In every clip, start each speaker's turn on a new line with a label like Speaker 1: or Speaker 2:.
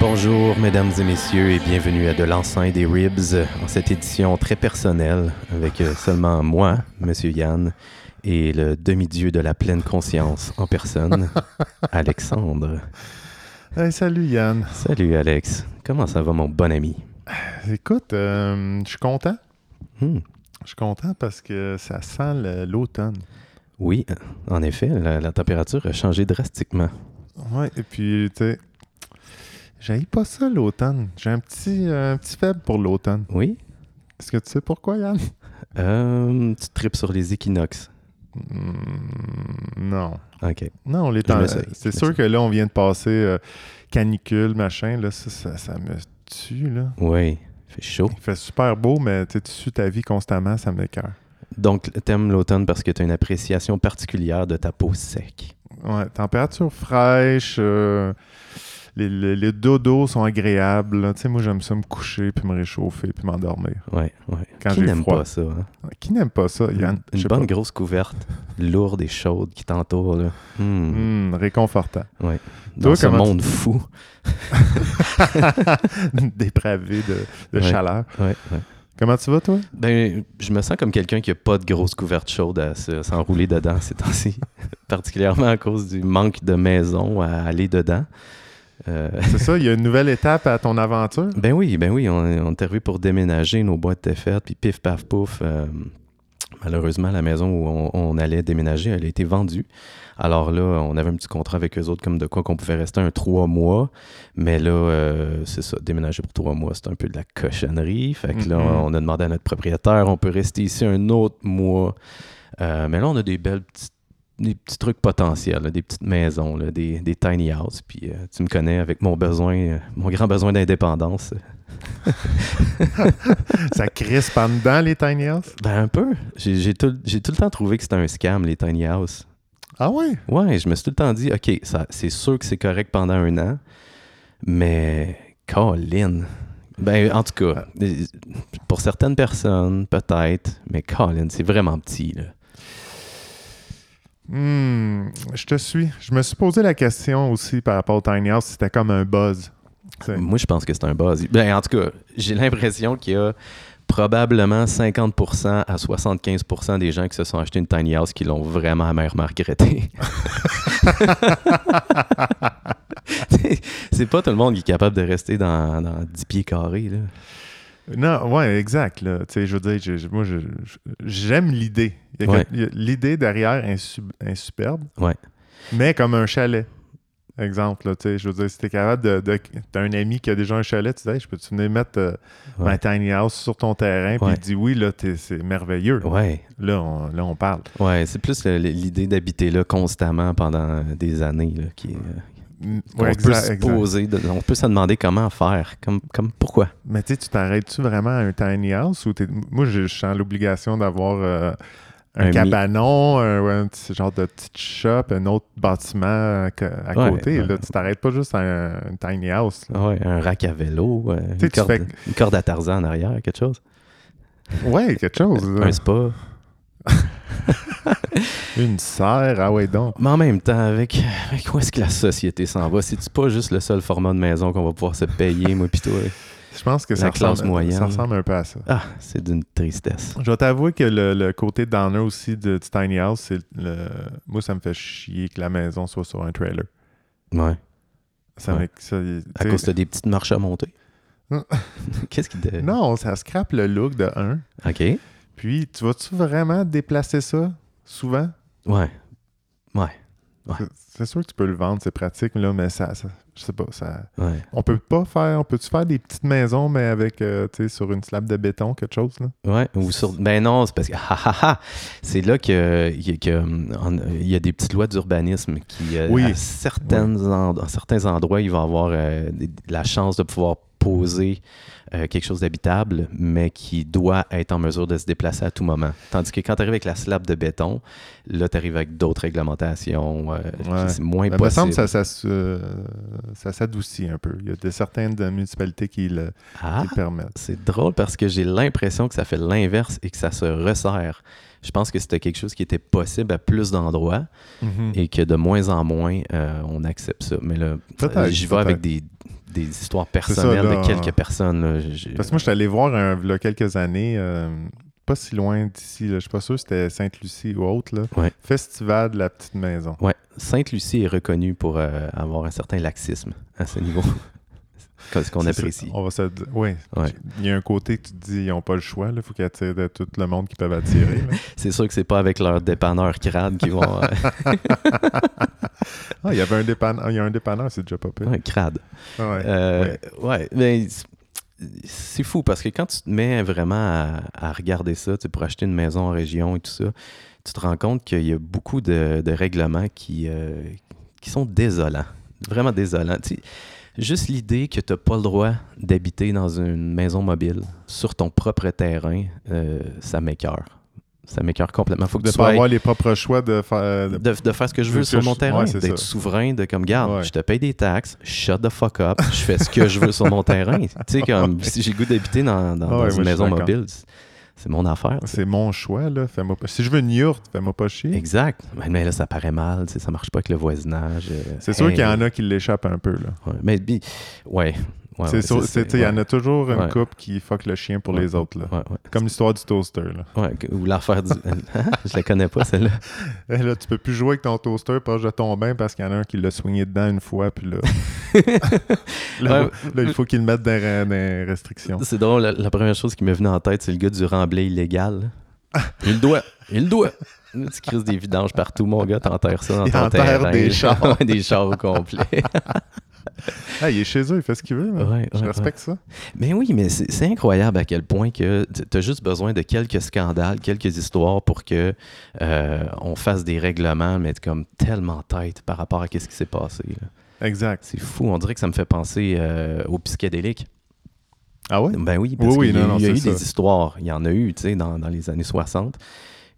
Speaker 1: Bonjour, mesdames et messieurs, et bienvenue à De l'encens et des ribs euh, en cette édition très personnelle avec euh, seulement moi, Monsieur Yann, et le demi-dieu de la pleine conscience en personne, Alexandre.
Speaker 2: Hey, salut Yann.
Speaker 1: Salut Alex, comment ça va mon bon ami?
Speaker 2: Écoute, euh, je suis content.
Speaker 1: Hmm.
Speaker 2: Je suis content parce que ça sent le- l'automne.
Speaker 1: Oui, en effet, la, la température a changé drastiquement.
Speaker 2: Ouais, et puis, tu sais, j'haïs pas ça l'automne. J'ai un petit, un petit faible pour l'automne.
Speaker 1: Oui?
Speaker 2: Est-ce que tu sais pourquoi, Yann?
Speaker 1: Euh, tu tripes sur les équinoxes.
Speaker 2: Hmm, non.
Speaker 1: OK.
Speaker 2: Non, les
Speaker 1: Je
Speaker 2: temps.
Speaker 1: l'essaye, je
Speaker 2: euh, C'est sûr
Speaker 1: l'essaye.
Speaker 2: que là, on vient de passer euh, canicule, machin. Là, ça, ça, ça me tue, là.
Speaker 1: Oui, fait chaud.
Speaker 2: Il fait super beau, mais tu sais, tu sues ta vie constamment, ça m'écœure.
Speaker 1: Donc, t'aimes l'automne parce que t'as une appréciation particulière de ta peau sec.
Speaker 2: Ouais, température fraîche. euh, les, les- les dodos sont agréables. là. Tu sais, moi, j'aime ça me coucher, puis me réchauffer, puis m'endormir.
Speaker 1: Ouais, ouais.
Speaker 2: Quand
Speaker 1: Qui
Speaker 2: j'ai
Speaker 1: n'aime
Speaker 2: froid.
Speaker 1: pas ça, hein?
Speaker 2: Qui n'aime pas ça, Yann? Je
Speaker 1: Une
Speaker 2: sais pas.
Speaker 1: bonne grosse couverte, lourde et chaude qui t'entoure, là. Hmm.
Speaker 2: Hum, réconfortant.
Speaker 1: Dans
Speaker 2: Toi,
Speaker 1: ce
Speaker 2: comment tu-
Speaker 1: monde fou.
Speaker 2: Dépravé de, de
Speaker 1: Ouais.
Speaker 2: chaleur.
Speaker 1: Ouais, ouais.
Speaker 2: Comment tu vas, toi?
Speaker 1: Ben, je me sens comme quelqu'un qui n'a pas de grosse couverte chaude à se- s'enrouler dedans ces temps-ci. Particulièrement à cause du manque de maison à aller dedans. Euh,
Speaker 2: C'est ça, il y a une nouvelle étape à ton aventure?
Speaker 1: ben oui, ben oui, on, on est arrivé pour déménager, nos boîtes étaient faites, puis pif, paf, pouf. euh, malheureusement, la maison où on, on allait déménager, elle a été vendue. Alors là, on avait un petit contrat avec eux autres comme de quoi qu'on pouvait rester un trois mois. Mais là, euh, c'est ça, déménager pour trois mois, c'est un peu de la cochonnerie. Fait que là,
Speaker 2: Mhm.
Speaker 1: on a demandé à notre propriétaire, on peut rester ici un autre mois. Euh, mais là, on a des belles petites des petits trucs potentiels, là, des petites maisons, là, des, des tiny houses. Puis euh, tu me connais avec mon besoin, euh, mon grand besoin d'indépendance.
Speaker 2: Ça crispe en dedans, les tiny house?
Speaker 1: Ben un peu. J'ai j'ai tout, j'ai tout le temps trouvé que c'était un scam, les tiny houses.
Speaker 2: Ah ouais?
Speaker 1: Ouais, je me suis tout le temps dit, OK, ça, c'est sûr que c'est correct pendant un an, mais Colin. Ben, en tout cas, euh, pour certaines personnes, peut-être, mais Colin, c'est vraiment petit, là.
Speaker 2: Hum, je te suis. Je me suis posé la question aussi par rapport au tiny house, c'était comme un buzz. C'est-
Speaker 1: Moi, je pense que c'est un buzz. Ben, en tout cas, j'ai l'impression qu'il y a probablement 50% à 75% des gens qui se sont achetés une tiny house qui l'ont vraiment amèrement regretté. c'est pas tout le monde qui est capable de rester dans, dans 10 pieds carrés, là.
Speaker 2: Non, ouais, exact. Là. Tu sais, Je veux dire, je- je- moi, je- je- j'aime l'idée. Il y a
Speaker 1: Ouais.
Speaker 2: quelque- il y a- L'idée derrière est, sub- est superbe,
Speaker 1: Ouais.
Speaker 2: mais comme un chalet. Exemple, là, tu sais, je veux dire, si t'es capable de. de- T'as un ami qui a déjà un chalet, tu dis, Hey, je peux-tu venir mettre euh,
Speaker 1: Ouais.
Speaker 2: ma tiny house sur ton terrain? Puis
Speaker 1: Ouais.
Speaker 2: il dit oui, là, t'es- c'est merveilleux.
Speaker 1: Ouais,
Speaker 2: Là, on, là, on parle.
Speaker 1: ouais, c'est plus le- le- l'idée d'habiter là constamment pendant des années là, qui, euh,
Speaker 2: Mm,
Speaker 1: qu'on
Speaker 2: ouais,
Speaker 1: peut
Speaker 2: exact,
Speaker 1: se
Speaker 2: exact.
Speaker 1: poser, de- on peut se demander comment faire, comme, comme pourquoi.
Speaker 2: Mais tu sais, tu t'arrêtes-tu vraiment à un tiny house ou t'es- Moi, je je sens l'obligation d'avoir euh,
Speaker 1: Un
Speaker 2: un,
Speaker 1: mi-
Speaker 2: cabanon, un, ouais, un petit genre de petite shop, un autre bâtiment à, co- à
Speaker 1: Ouais,
Speaker 2: côté.
Speaker 1: ouais.
Speaker 2: Là, tu t'arrêtes pas juste à un, un tiny house. là.
Speaker 1: Ah Ouais, un rack à vélo, euh,
Speaker 2: sais,
Speaker 1: une,
Speaker 2: tu
Speaker 1: corde,
Speaker 2: fais-
Speaker 1: une corde à Tarzan en arrière, quelque chose.
Speaker 2: Ouais, quelque chose. là.
Speaker 1: Un spa.
Speaker 2: Une serre, ah ouais donc.
Speaker 1: Mais en même temps, avec, avec où est-ce que la société s'en va? C'est-tu pas juste le seul format de maison qu'on va pouvoir se payer, moi pis toi?
Speaker 2: Je pense que
Speaker 1: La
Speaker 2: ça
Speaker 1: classe
Speaker 2: ressemble,
Speaker 1: moyenne.
Speaker 2: ça ressemble un peu à ça.
Speaker 1: Ah, c'est d'une tristesse.
Speaker 2: Je vais t'avouer que le, le côté downer aussi de, du tiny house, c'est le, moi, ça me fait chier que la maison soit sur un trailer.
Speaker 1: Ouais.
Speaker 2: Ça
Speaker 1: Ouais.
Speaker 2: me- ça, tu
Speaker 1: À
Speaker 2: sais,
Speaker 1: cause de des petites marches à monter.
Speaker 2: Non.
Speaker 1: Qu'est-ce qui te.
Speaker 2: Non, ça scrape le look de un.
Speaker 1: OK.
Speaker 2: Puis, tu vas-tu vraiment déplacer ça souvent?
Speaker 1: Ouais.
Speaker 2: C'est- C'est sûr que tu peux le vendre, c'est pratique, là, mais ça, ça- je sais pas, ça...
Speaker 1: Ouais.
Speaker 2: On peut pas faire... On peut-tu faire des petites maisons, mais avec, euh, tu sais, sur une slab de béton, quelque chose, là?
Speaker 1: Ouais, ou sur... Ben non, c'est parce que... ha, ha, ha, c'est là que que- que, en- il y a des petites lois d'urbanisme qui, euh,
Speaker 2: Oui.
Speaker 1: à, certaines en- à certains endroits, il va avoir euh, des- la chance de pouvoir poser euh, quelque chose d'habitable, mais qui doit être en mesure de se déplacer à tout moment. Tandis que quand tu arrives avec la slab de béton, là, tu arrives avec d'autres réglementations. euh,
Speaker 2: Ouais.
Speaker 1: C'est moins
Speaker 2: Mais il me
Speaker 1: possible.
Speaker 2: semble que ça, ça, se- euh, ça s'adoucit un peu. Il y a de, certaines de- municipalités qui le, qui
Speaker 1: Ah!
Speaker 2: le permettent.
Speaker 1: C'est drôle parce que j'ai l'impression que ça fait l'inverse et que ça se resserre. Je pense que c'était quelque chose qui était possible à plus d'endroits Mm-hmm. et que de moins en moins, euh, on accepte ça. Mais là,
Speaker 2: Peut-être,
Speaker 1: euh, j'y vais
Speaker 2: peut-être.
Speaker 1: avec des, des histoires personnelles
Speaker 2: là,
Speaker 1: de quelques personnes. là. J'ai-
Speaker 2: Parce que moi, je suis allé voir un, il y a quelques années, euh, pas si loin d'ici, là, je suis pas sûr c'était Sainte-Lucie ou autre, là.
Speaker 1: Ouais.
Speaker 2: Festival de la Petite Maison.
Speaker 1: Ouais, Sainte-Lucie est reconnue pour euh, avoir un certain laxisme à ce niveau. C'est ce qu'on
Speaker 2: C'est ça,
Speaker 1: apprécie.
Speaker 2: On va se dire. Oui.
Speaker 1: Ouais.
Speaker 2: Il y a un côté que tu te dis, ils n'ont pas le choix, il faut qu'ils attirent de tout le monde qu'ils peuvent attirer. là.
Speaker 1: C'est sûr que c'est pas avec leur dépanneur crade qui vont. euh,
Speaker 2: Ah, il y avait un dépanneur, il y a un dépanneur, c'est déjà pas pire.
Speaker 1: un euh, crade.
Speaker 2: Ah ouais.
Speaker 1: Euh, ouais, ben, c'est- c'est fou parce que quand tu te mets vraiment à, à regarder ça, tu sais, pour acheter une maison en région et tout ça, tu te rends compte qu'il y a beaucoup de, de règlements qui, euh, qui sont désolants. Vraiment désolants. Tu sais, juste l'idée que tu n'as pas le droit d'habiter dans une maison mobile sur ton propre terrain, euh, ça m'écoeure. Ça m'écoeure complètement. Faut que
Speaker 2: de
Speaker 1: tu
Speaker 2: pas
Speaker 1: sois
Speaker 2: avoir les propres choix de faire. de-
Speaker 1: de, de faire ce que je veux
Speaker 2: Que
Speaker 1: sur
Speaker 2: je-
Speaker 1: mon terrain,
Speaker 2: ouais, c'est
Speaker 1: d'être
Speaker 2: ça.
Speaker 1: souverain, de comme, garde,
Speaker 2: Ouais.
Speaker 1: je te paye des taxes, shut the fuck up, je fais ce que je veux sur mon terrain. Tu sais, comme, si j'ai le goût d'habiter dans, dans-
Speaker 2: Ouais,
Speaker 1: dans
Speaker 2: moi, je
Speaker 1: une
Speaker 2: suis
Speaker 1: maison
Speaker 2: d'accord.
Speaker 1: mobile, c'est- c'est mon affaire. tu sais.
Speaker 2: C'est mon choix, là. Fais-moi pas- Si je veux une yourte, fais-moi pas chier.
Speaker 1: Exact. Mais, mais là, ça paraît mal, tu sais, ça marche pas avec le voisinage. euh,
Speaker 2: C'est sûr
Speaker 1: hey,
Speaker 2: qu'il y en a qui l'échappent un peu, là.
Speaker 1: ouais, mais, bi- ouais. ouais, ouais,
Speaker 2: c'est sûr,
Speaker 1: c'est-
Speaker 2: c'est- tu sais, il y en a toujours une
Speaker 1: Ouais.
Speaker 2: couple qui fuck le chien pour
Speaker 1: Ouais.
Speaker 2: les autres, là.
Speaker 1: ouais, ouais.
Speaker 2: Comme l'histoire du toaster, là.
Speaker 1: Ouais, que- ou l'affaire du. Hein? je la connais pas, celle-là.
Speaker 2: Eh, là, tu peux plus jouer avec ton toaster proche de ton bain parce qu'il y en a un qui l'a soigné dedans une fois, puis là. là,
Speaker 1: Ouais.
Speaker 2: là, il faut qu'il le mette dans dans les restrictions.
Speaker 1: C'est drôle, la, la première chose qui m'est venue en tête, c'est le gars du remblai illégal. Il le doit, il le doit. Une petite crise des vidanges partout, mon gars, t'enterres ça dans
Speaker 2: Il
Speaker 1: ton
Speaker 2: enterre
Speaker 1: terrain.
Speaker 2: des chars.
Speaker 1: Ouais, des chars au complet.
Speaker 2: Ah, il est chez eux, il fait ce qu'il veut, man.
Speaker 1: Ouais,
Speaker 2: Je
Speaker 1: ouais,
Speaker 2: respecte ça.
Speaker 1: Mais oui, mais c'est c'est incroyable à quel point que t- t'as juste besoin de quelques scandales, quelques histoires pour que euh, on fasse des règlements, mais comme tellement tête par rapport à ce qui s'est passé. là.
Speaker 2: Exact.
Speaker 1: C'est fou, on dirait que ça me fait penser euh, au psychédélique.
Speaker 2: Ah ouais?
Speaker 1: Ben oui, parce
Speaker 2: Oui, oui,
Speaker 1: qu'il y a,
Speaker 2: non, non,
Speaker 1: il y a
Speaker 2: c'est
Speaker 1: eu
Speaker 2: ça.
Speaker 1: des histoires. Il y en a eu, tu sais, dans, dans les années 60.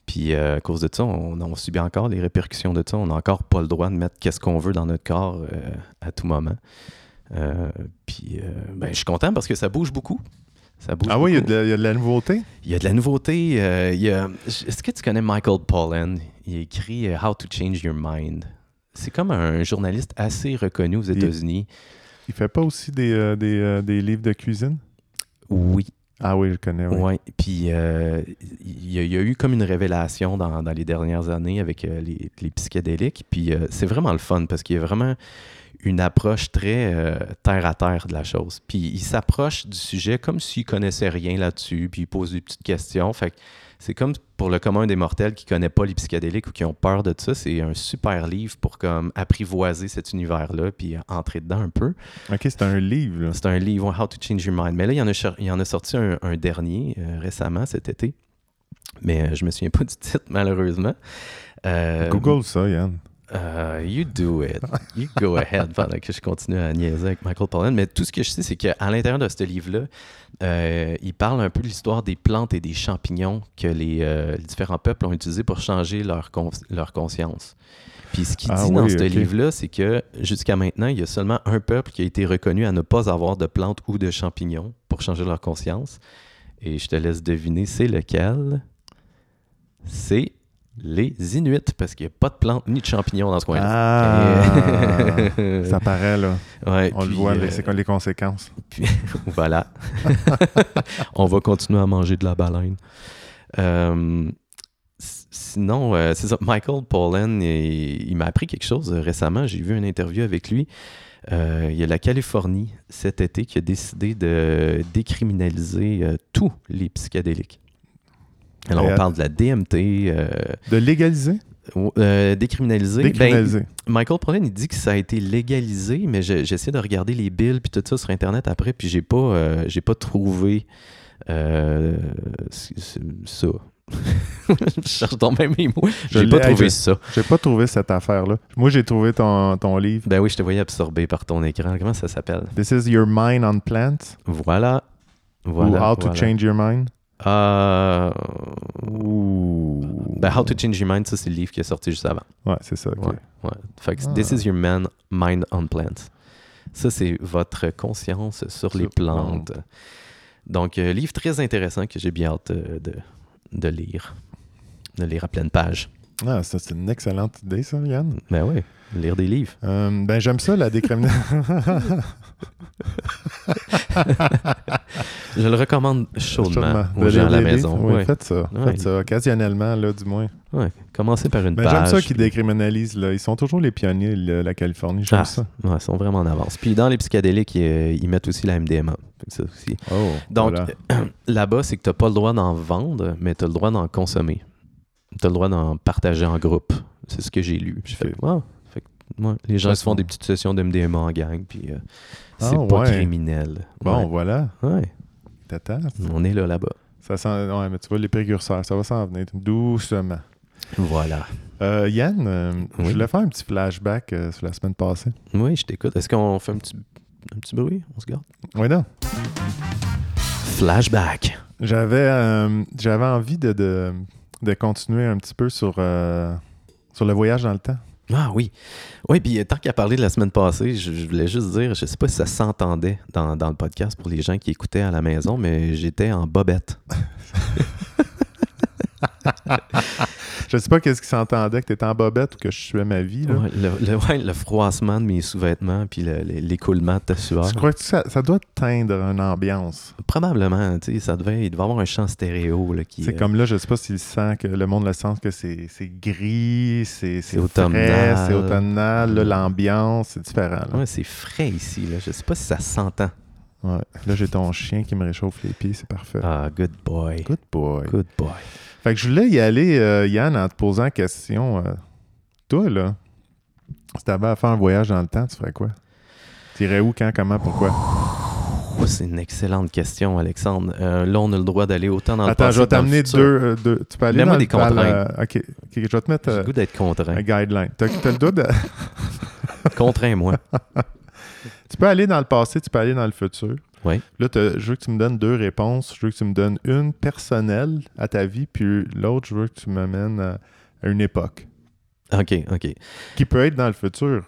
Speaker 1: Puis euh, à cause de ça, on, on subit encore les répercussions de ça. On n'a encore pas le droit de mettre qu'est-ce qu'on veut dans notre corps euh, à tout moment. Euh, puis euh, ben, je suis content parce que ça bouge beaucoup. Ça bouge
Speaker 2: Ah oui, il y, a
Speaker 1: beaucoup.
Speaker 2: de la- il y a de la nouveauté?
Speaker 1: Il y a de la nouveauté. euh, il y a- Est-ce que tu connais Michael Pollan? Il a écrit euh, How to Change Your Mind. C'est comme un journaliste assez reconnu aux
Speaker 2: Il-
Speaker 1: États-Unis.
Speaker 2: Il fait pas aussi des, euh, des, euh, des livres de cuisine?
Speaker 1: Oui,
Speaker 2: Ah oui, je connais, oui.
Speaker 1: Oui, puis euh, il y, a- il y a eu comme une révélation dans, dans les dernières années avec euh, les, les psychédéliques. Puis euh, c'est vraiment le fun parce qu'il y a vraiment une approche très euh, terre à terre de la chose. Puis il s'approche du sujet comme s'il connaissait rien là-dessus, puis il pose des petites questions. Fait que c'est comme pour le commun des mortels qui ne connaît pas les psychédéliques ou qui ont peur de ça, c'est un super livre pour comme apprivoiser cet univers-là, puis entrer dedans un peu.
Speaker 2: OK, c'est un livre, là.
Speaker 1: C'est un livre, How to Change Your Mind. Mais là, il y en a, cher- il y en a sorti un, un dernier euh, récemment cet été. Mais euh, je me souviens pas du titre, malheureusement. Euh,
Speaker 2: Google ça, Yann.
Speaker 1: euh, you do it. You go ahead pendant que je continue à niaiser avec Michael Pollan. Mais tout ce que je sais, c'est qu'à l'intérieur de ce livre-là, euh, il parle un peu de l'histoire des plantes et des champignons que les, euh, les différents peuples ont utilisés pour changer leur, con- leur conscience. Puis ce qu'il
Speaker 2: Ah
Speaker 1: dit dans
Speaker 2: oui,
Speaker 1: ce
Speaker 2: ok.
Speaker 1: livre-là, c'est que jusqu'à maintenant, il y a seulement un peuple qui a été reconnu à ne pas avoir de plantes ou de champignons pour changer leur conscience. Et je te laisse deviner, c'est lequel? C'est les Inuits, parce qu'il n'y a pas de plantes ni de champignons dans ce coin-là.
Speaker 2: Ah!
Speaker 1: Et-
Speaker 2: ça paraît, là.
Speaker 1: Euh, Ouais,
Speaker 2: On le
Speaker 1: puis,
Speaker 2: voit,
Speaker 1: euh,
Speaker 2: les- c'est quoi les conséquences?
Speaker 1: Voilà. On va continuer à manger de la baleine. Euh, s- sinon, euh, c'est ça. Michael Pollan, il, il m'a appris quelque chose euh, récemment. J'ai vu une interview avec lui. Euh, il y a la Californie cet été qui a décidé de décriminaliser euh, tous les psychédéliques. Alors,
Speaker 2: Et
Speaker 1: on
Speaker 2: à-
Speaker 1: parle de la DMT, euh,
Speaker 2: De légaliser?
Speaker 1: ou- euh, décriminaliser. Ben,
Speaker 2: Décriminaliser.
Speaker 1: Michael Pollan, il dit que ça a été légalisé, mais j'ai- j'essaie de regarder les bills puis tout ça sur Internet après, puis j'ai pas, euh, j'ai pas trouvé euh, c- c- ça. je cherche dans même mes mots.
Speaker 2: Je
Speaker 1: J'ai pas
Speaker 2: l'ai-
Speaker 1: trouvé
Speaker 2: je-
Speaker 1: ça.
Speaker 2: J'ai pas trouvé cette affaire-là. Moi, j'ai trouvé ton, ton livre.
Speaker 1: Ben oui, je te voyais absorbé par ton écran. Comment ça s'appelle?
Speaker 2: This is Your Mind on Plants
Speaker 1: Voilà. Voilà.
Speaker 2: ou How to
Speaker 1: voilà.
Speaker 2: Change Your Mind.
Speaker 1: Euh,
Speaker 2: Ou...
Speaker 1: ben, How to Change Your Mind, ça, c'est le livre qui est sorti juste avant.
Speaker 2: Ouais, c'est ça. ok.
Speaker 1: Ouais, ouais. Fait que
Speaker 2: Ah.
Speaker 1: This is your man, mind on plants. Ça, c'est votre conscience sur,
Speaker 2: Sur
Speaker 1: les plantes. Donc, euh, livre très intéressant que j'ai bien hâte euh, de, de lire. De lire à pleine page.
Speaker 2: Ah, ça, c'est une excellente idée, ça, Yann.
Speaker 1: Ben oui, lire des livres.
Speaker 2: Euh, ben, j'aime ça, la décriminalisation.
Speaker 1: Je le recommande chaudement
Speaker 2: Chaudement.
Speaker 1: aux gens à la
Speaker 2: D'aller lire.
Speaker 1: maison.
Speaker 2: Oui,
Speaker 1: Ouais.
Speaker 2: Faites ça.
Speaker 1: Ouais.
Speaker 2: Faites ça occasionnellement, là, du moins.
Speaker 1: Ouais. Commencez par une
Speaker 2: Mais Ben, j'aime
Speaker 1: page.
Speaker 2: ça qu'ils décriminalisent. Là. Ils sont toujours les pionniers, le- la Californie. J'aime
Speaker 1: Ah.
Speaker 2: ça.
Speaker 1: Ouais, ils sont vraiment en avance. Puis dans les psychédéliques, ils, ils mettent aussi la MDMA. Fait que ça aussi. Donc,
Speaker 2: Voilà.
Speaker 1: là-bas, c'est que tu n'as pas le droit d'en vendre, mais tu as le droit d'en consommer. Tu as le droit d'en partager en groupe. C'est ce que j'ai lu. J'ai fait,
Speaker 2: Ok.
Speaker 1: wow. ah, Fait que, ouais, les gens se font
Speaker 2: Façon.
Speaker 1: des petites sessions de MDMA en gang, puis euh,
Speaker 2: Ah,
Speaker 1: c'est pas
Speaker 2: ouais.
Speaker 1: criminel.
Speaker 2: Bon, voilà.
Speaker 1: Ouais. Ouais.
Speaker 2: Tata.
Speaker 1: On est là, là-bas.
Speaker 2: Ça sent... ouais, mais tu vois, les précurseurs, ça va s'en venir doucement.
Speaker 1: Voilà.
Speaker 2: Euh, Yann, euh,
Speaker 1: Oui.
Speaker 2: je voulais faire un petit flashback euh, sur la semaine passée.
Speaker 1: Oui, je t'écoute. Est-ce qu'on fait un petit, un petit bruit? On se garde?
Speaker 2: Oui, non.
Speaker 1: Flashback.
Speaker 2: J'avais euh, j'avais envie de, de, de continuer un petit peu sur, euh, sur le voyage dans le temps.
Speaker 1: Ah oui. Oui, puis euh, tant qu'à parler de la semaine passée, je, je voulais juste dire, je sais pas si ça s'entendait dans, dans le podcast pour les gens qui écoutaient à la maison, mais j'étais en bobette.
Speaker 2: Je sais pas qu'est-ce qui s'entendait, que t'étais en bobette ou que je suais ma vie. Là.
Speaker 1: Ouais, le, le- ouais, le froissement de mes sous-vêtements, puis le- le- l'écoulement de ta sueur.
Speaker 2: Je crois que ça, ça doit teindre une ambiance.
Speaker 1: Probablement, tu sais, ça devait, il devait avoir un chant stéréo là, qui.
Speaker 2: C'est
Speaker 1: euh,
Speaker 2: comme là, je sais pas s'il sent que le monde le sent que c'est c'est gris, c'est c'est
Speaker 1: C'est
Speaker 2: frais,
Speaker 1: automnal.
Speaker 2: c'est automnal. Là, l'ambiance, c'est différent. Là,
Speaker 1: euh, ouais, c'est frais ici. Là. Je sais pas si ça s'entend.
Speaker 2: Ouais. Là, j'ai ton chien qui me réchauffe les pieds, c'est parfait.
Speaker 1: Ah, good boy.
Speaker 2: Good boy.
Speaker 1: Good boy.
Speaker 2: Fait que je voulais y aller, euh, Yann, en te posant la question. euh, toi, là, si t'avais à faire un voyage dans le temps, tu ferais quoi? T'irais où, quand, comment, pourquoi?
Speaker 1: Oh, c'est une excellente question, Alexandre. Euh, là, on a le droit d'aller autant dans le
Speaker 2: Attends,
Speaker 1: passé
Speaker 2: je vais
Speaker 1: que dans le
Speaker 2: t'amener deux,
Speaker 1: futur.
Speaker 2: euh, deux- Tu peux aller
Speaker 1: Mets-moi
Speaker 2: dans
Speaker 1: des
Speaker 2: le- dans le-
Speaker 1: contraintes.
Speaker 2: OK. OK, je vais te mettre
Speaker 1: J'ai
Speaker 2: euh,
Speaker 1: le goût d'être contraint.
Speaker 2: un guideline. T'as t'as le doigt de-
Speaker 1: Contrains-moi.
Speaker 2: Tu peux aller dans le passé, tu peux aller dans le futur.
Speaker 1: Oui.
Speaker 2: Là, t'as- je veux que tu me donnes deux réponses. Je veux que tu me donnes une personnelle à ta vie, puis l'autre, je veux que tu m'amènes à à une époque
Speaker 1: OK, OK.
Speaker 2: qui peut être dans le futur.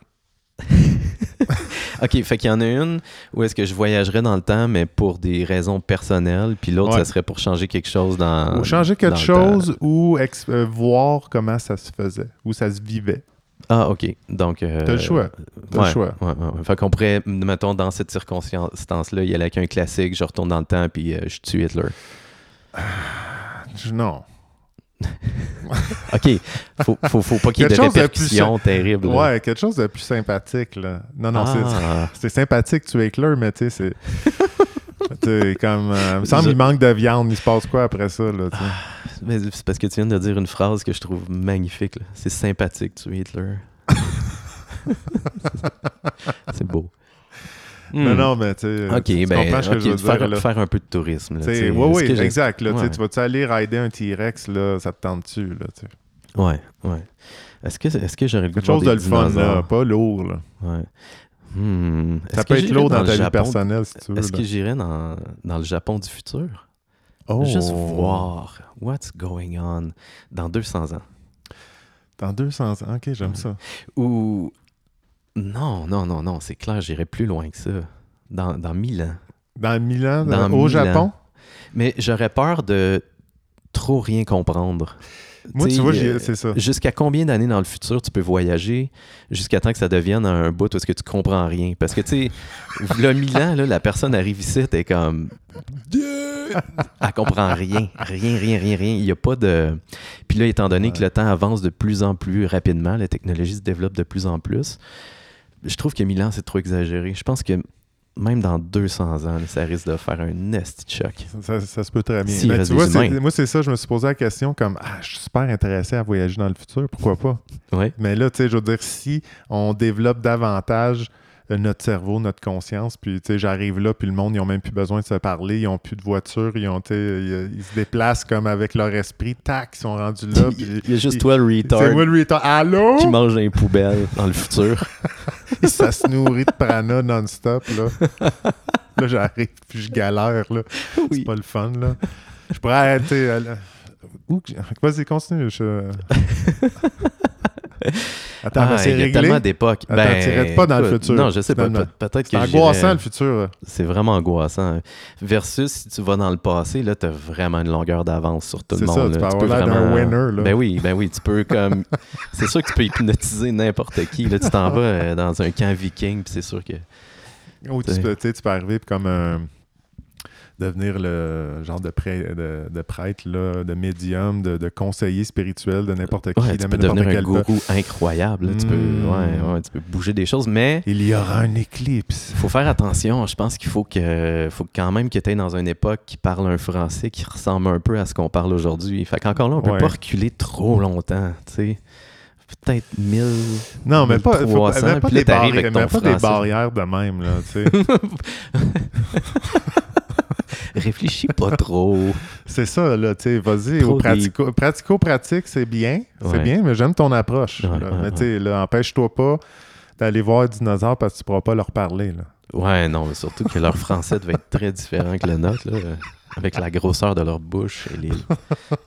Speaker 1: OK, fait qu'il y en a une où est-ce que je voyagerais dans le temps, mais pour des raisons personnelles, puis l'autre,
Speaker 2: Ouais.
Speaker 1: ça serait pour changer quelque chose dans.
Speaker 2: ou changer
Speaker 1: Ah, dans
Speaker 2: quelque
Speaker 1: le
Speaker 2: chose ou ex- euh, voir comment ça se faisait, où ça se vivait.
Speaker 1: Ah, OK. Donc. euh,
Speaker 2: T'as le choix. T'as
Speaker 1: ouais,
Speaker 2: le choix.
Speaker 1: ouais, ouais, ouais. Fait qu'on pourrait, m- mettons, dans cette circonstance-là, il y aller avec un classique, je retourne dans le temps, puis euh, je tue Hitler.
Speaker 2: Je- Non.
Speaker 1: OK. Faut, faut, faut pas qu'il y ait de
Speaker 2: Quelque chose de plus
Speaker 1: répercussions terribles. là.
Speaker 2: Ouais, quelque chose de plus sympathique. Là. Non, non, c'est-
Speaker 1: Ah.
Speaker 2: c'est sympathique, tu éclaires, mais tu sais, c'est. t'sais, comme. euh, il me semble
Speaker 1: Je-
Speaker 2: qu'il manque de viande. Il se passe quoi après ça? Là, t'sais?
Speaker 1: Mais c'est parce que tu viens de dire une phrase que je trouve magnifique. là. C'est sympathique, tu Hitler. c'est beau.
Speaker 2: Non,
Speaker 1: Hmm.
Speaker 2: non, mais tu sais.
Speaker 1: Ok,
Speaker 2: tu
Speaker 1: ben,
Speaker 2: comprends ce que
Speaker 1: ok,
Speaker 2: je veux
Speaker 1: de faire,
Speaker 2: dire, là.
Speaker 1: faire un peu de tourisme. là, tu sais,
Speaker 2: Oui,
Speaker 1: ce
Speaker 2: oui,
Speaker 1: que j'ai-
Speaker 2: exact. là, t'sais,
Speaker 1: Ouais.
Speaker 2: Tu vas-tu aller rider un T-Rex, là, ça te tente-tu? là, t'sais?
Speaker 1: Ouais, ouais. Est-ce que, est-ce que j'aurais le goût
Speaker 2: Quelque chose de
Speaker 1: voir
Speaker 2: le
Speaker 1: des
Speaker 2: fun, là,
Speaker 1: dinosaures?
Speaker 2: pas lourd. Là.
Speaker 1: Ouais. Hmm.
Speaker 2: Ça
Speaker 1: Est-ce
Speaker 2: peut
Speaker 1: que
Speaker 2: être
Speaker 1: j'irais
Speaker 2: lourd dans,
Speaker 1: le
Speaker 2: ta vie
Speaker 1: Japon-
Speaker 2: personnelle, si tu veux.
Speaker 1: Est-ce
Speaker 2: là.
Speaker 1: que j'irais dans, dans le Japon du futur?
Speaker 2: Oh.
Speaker 1: Juste voir what's going on dans 200 ans.
Speaker 2: Dans 200 ans. OK, j'aime ça.
Speaker 1: Ou... Non, non, non, non, c'est clair, j'irais plus loin que ça. Dans, dans 1000 ans.
Speaker 2: Dans Milan,
Speaker 1: Dans
Speaker 2: au
Speaker 1: Milan.
Speaker 2: Japon.
Speaker 1: Mais j'aurais peur de trop rien comprendre.
Speaker 2: Moi,
Speaker 1: T'sais,
Speaker 2: tu vois, j'y-
Speaker 1: euh,
Speaker 2: c'est ça.
Speaker 1: Jusqu'à combien d'années dans le futur tu peux voyager jusqu'à temps que ça devienne un bout où est-ce que tu comprends rien? Parce que, tu sais, le Milan, là, la personne arrive ici, t'es comme... Elle comprend rien. Rien, rien, rien, rien. Il n'y a pas de... Puis là, étant donné que le temps avance de plus en plus rapidement, la technologie se développe de plus en plus, je trouve que Milan, c'est trop exagéré. Je pense que même dans 200 ans, là, ça risque de faire un nasty choc.
Speaker 2: Ça, ça se peut très bien.
Speaker 1: S'il
Speaker 2: Mais
Speaker 1: reste
Speaker 2: tu vois,
Speaker 1: des
Speaker 2: c'est-
Speaker 1: humains.
Speaker 2: moi, c'est ça, je me suis posé la question comme Ah, je suis super intéressé à voyager dans le futur, pourquoi pas?
Speaker 1: Ouais.
Speaker 2: Mais là, tu sais, je veux dire, si on développe davantage euh, notre cerveau, notre conscience, puis tu sais, j'arrive là, puis le monde, ils n'ont même plus besoin de se parler, ils n'ont plus de voiture, ils, ont, tu sais, ils, ils se déplacent comme avec leur esprit, tac, ils sont rendus là. puis-
Speaker 1: Il y a juste
Speaker 2: ils-
Speaker 1: toi, le
Speaker 2: C'est
Speaker 1: retard,
Speaker 2: moi le retard. Allô?
Speaker 1: qui mange dans les poubelles dans le futur.
Speaker 2: ça se nourrit de prana non-stop, là. Là, j'arrive, puis je galère, là. C'est
Speaker 1: Oui.
Speaker 2: pas le fun, là. Je pourrais arrêter. à la- Où que- Vas-y, continue. je- Attends,
Speaker 1: Ah,
Speaker 2: mais c'est
Speaker 1: il y a
Speaker 2: réglé.
Speaker 1: tellement d'époques. Ben,
Speaker 2: Attends, t'irais pas dans le
Speaker 1: écoute,
Speaker 2: futur,
Speaker 1: Non, je sais pas.
Speaker 2: finalement.
Speaker 1: peut- Peut-être
Speaker 2: C'est
Speaker 1: que
Speaker 2: angoissant,
Speaker 1: j'irais-
Speaker 2: le futur.
Speaker 1: C'est vraiment angoissant. Versus si tu vas dans le passé, là, t'as vraiment une longueur d'avance sur tout
Speaker 2: C'est
Speaker 1: le monde.
Speaker 2: ça,
Speaker 1: là.
Speaker 2: tu peux avoir l'air d'un winner, là.
Speaker 1: Ben oui, ben oui, tu peux comme. c'est sûr que tu peux hypnotiser n'importe qui. Là, tu t'en vas euh, dans un camp viking, puis c'est sûr que
Speaker 2: Ou tu peux, tu sais, tu peux arriver puis comme un devenir le genre de, prê- de, de prêtre, là, de médium, de, de conseiller spirituel de n'importe qui,
Speaker 1: Ouais,
Speaker 2: de
Speaker 1: tu peux
Speaker 2: n'importe
Speaker 1: devenir un
Speaker 2: quel peuple.
Speaker 1: gourou incroyable. là. Tu, peux,
Speaker 2: Mm.
Speaker 1: ouais, ouais, tu peux bouger des choses, mais
Speaker 2: Il y aura un éclipse.
Speaker 1: faut faire attention. Je pense qu'il faut, que, faut quand même que tu dans une époque qui parle un français qui ressemble un peu à ce qu'on parle aujourd'hui. Fait qu'encore là, on peut
Speaker 2: Ouais.
Speaker 1: pas reculer trop longtemps. tu sais. Peut-être 1000.
Speaker 2: Non, mais pas, faut,
Speaker 1: 1300,
Speaker 2: même pas,
Speaker 1: puis là,
Speaker 2: des,
Speaker 1: t'arrives
Speaker 2: barrières,
Speaker 1: avec ton
Speaker 2: même pas des
Speaker 1: français.
Speaker 2: barrières de même, là, tu sais.
Speaker 1: Réfléchis pas trop.
Speaker 2: c'est ça, là, tu sais, vas-y,
Speaker 1: Trop
Speaker 2: au pratico- pratico-pratique, c'est bien, c'est
Speaker 1: Ouais.
Speaker 2: bien, mais j'aime ton approche,
Speaker 1: Ouais,
Speaker 2: là.
Speaker 1: ouais,
Speaker 2: mais tu sais, là, empêche-toi pas d'aller voir un dinosaure parce que tu pourras pas leur parler, là.
Speaker 1: Ouais, non, mais surtout que leur français devait être très différent que le nôtre, là, euh, avec la grosseur de leur bouche et les.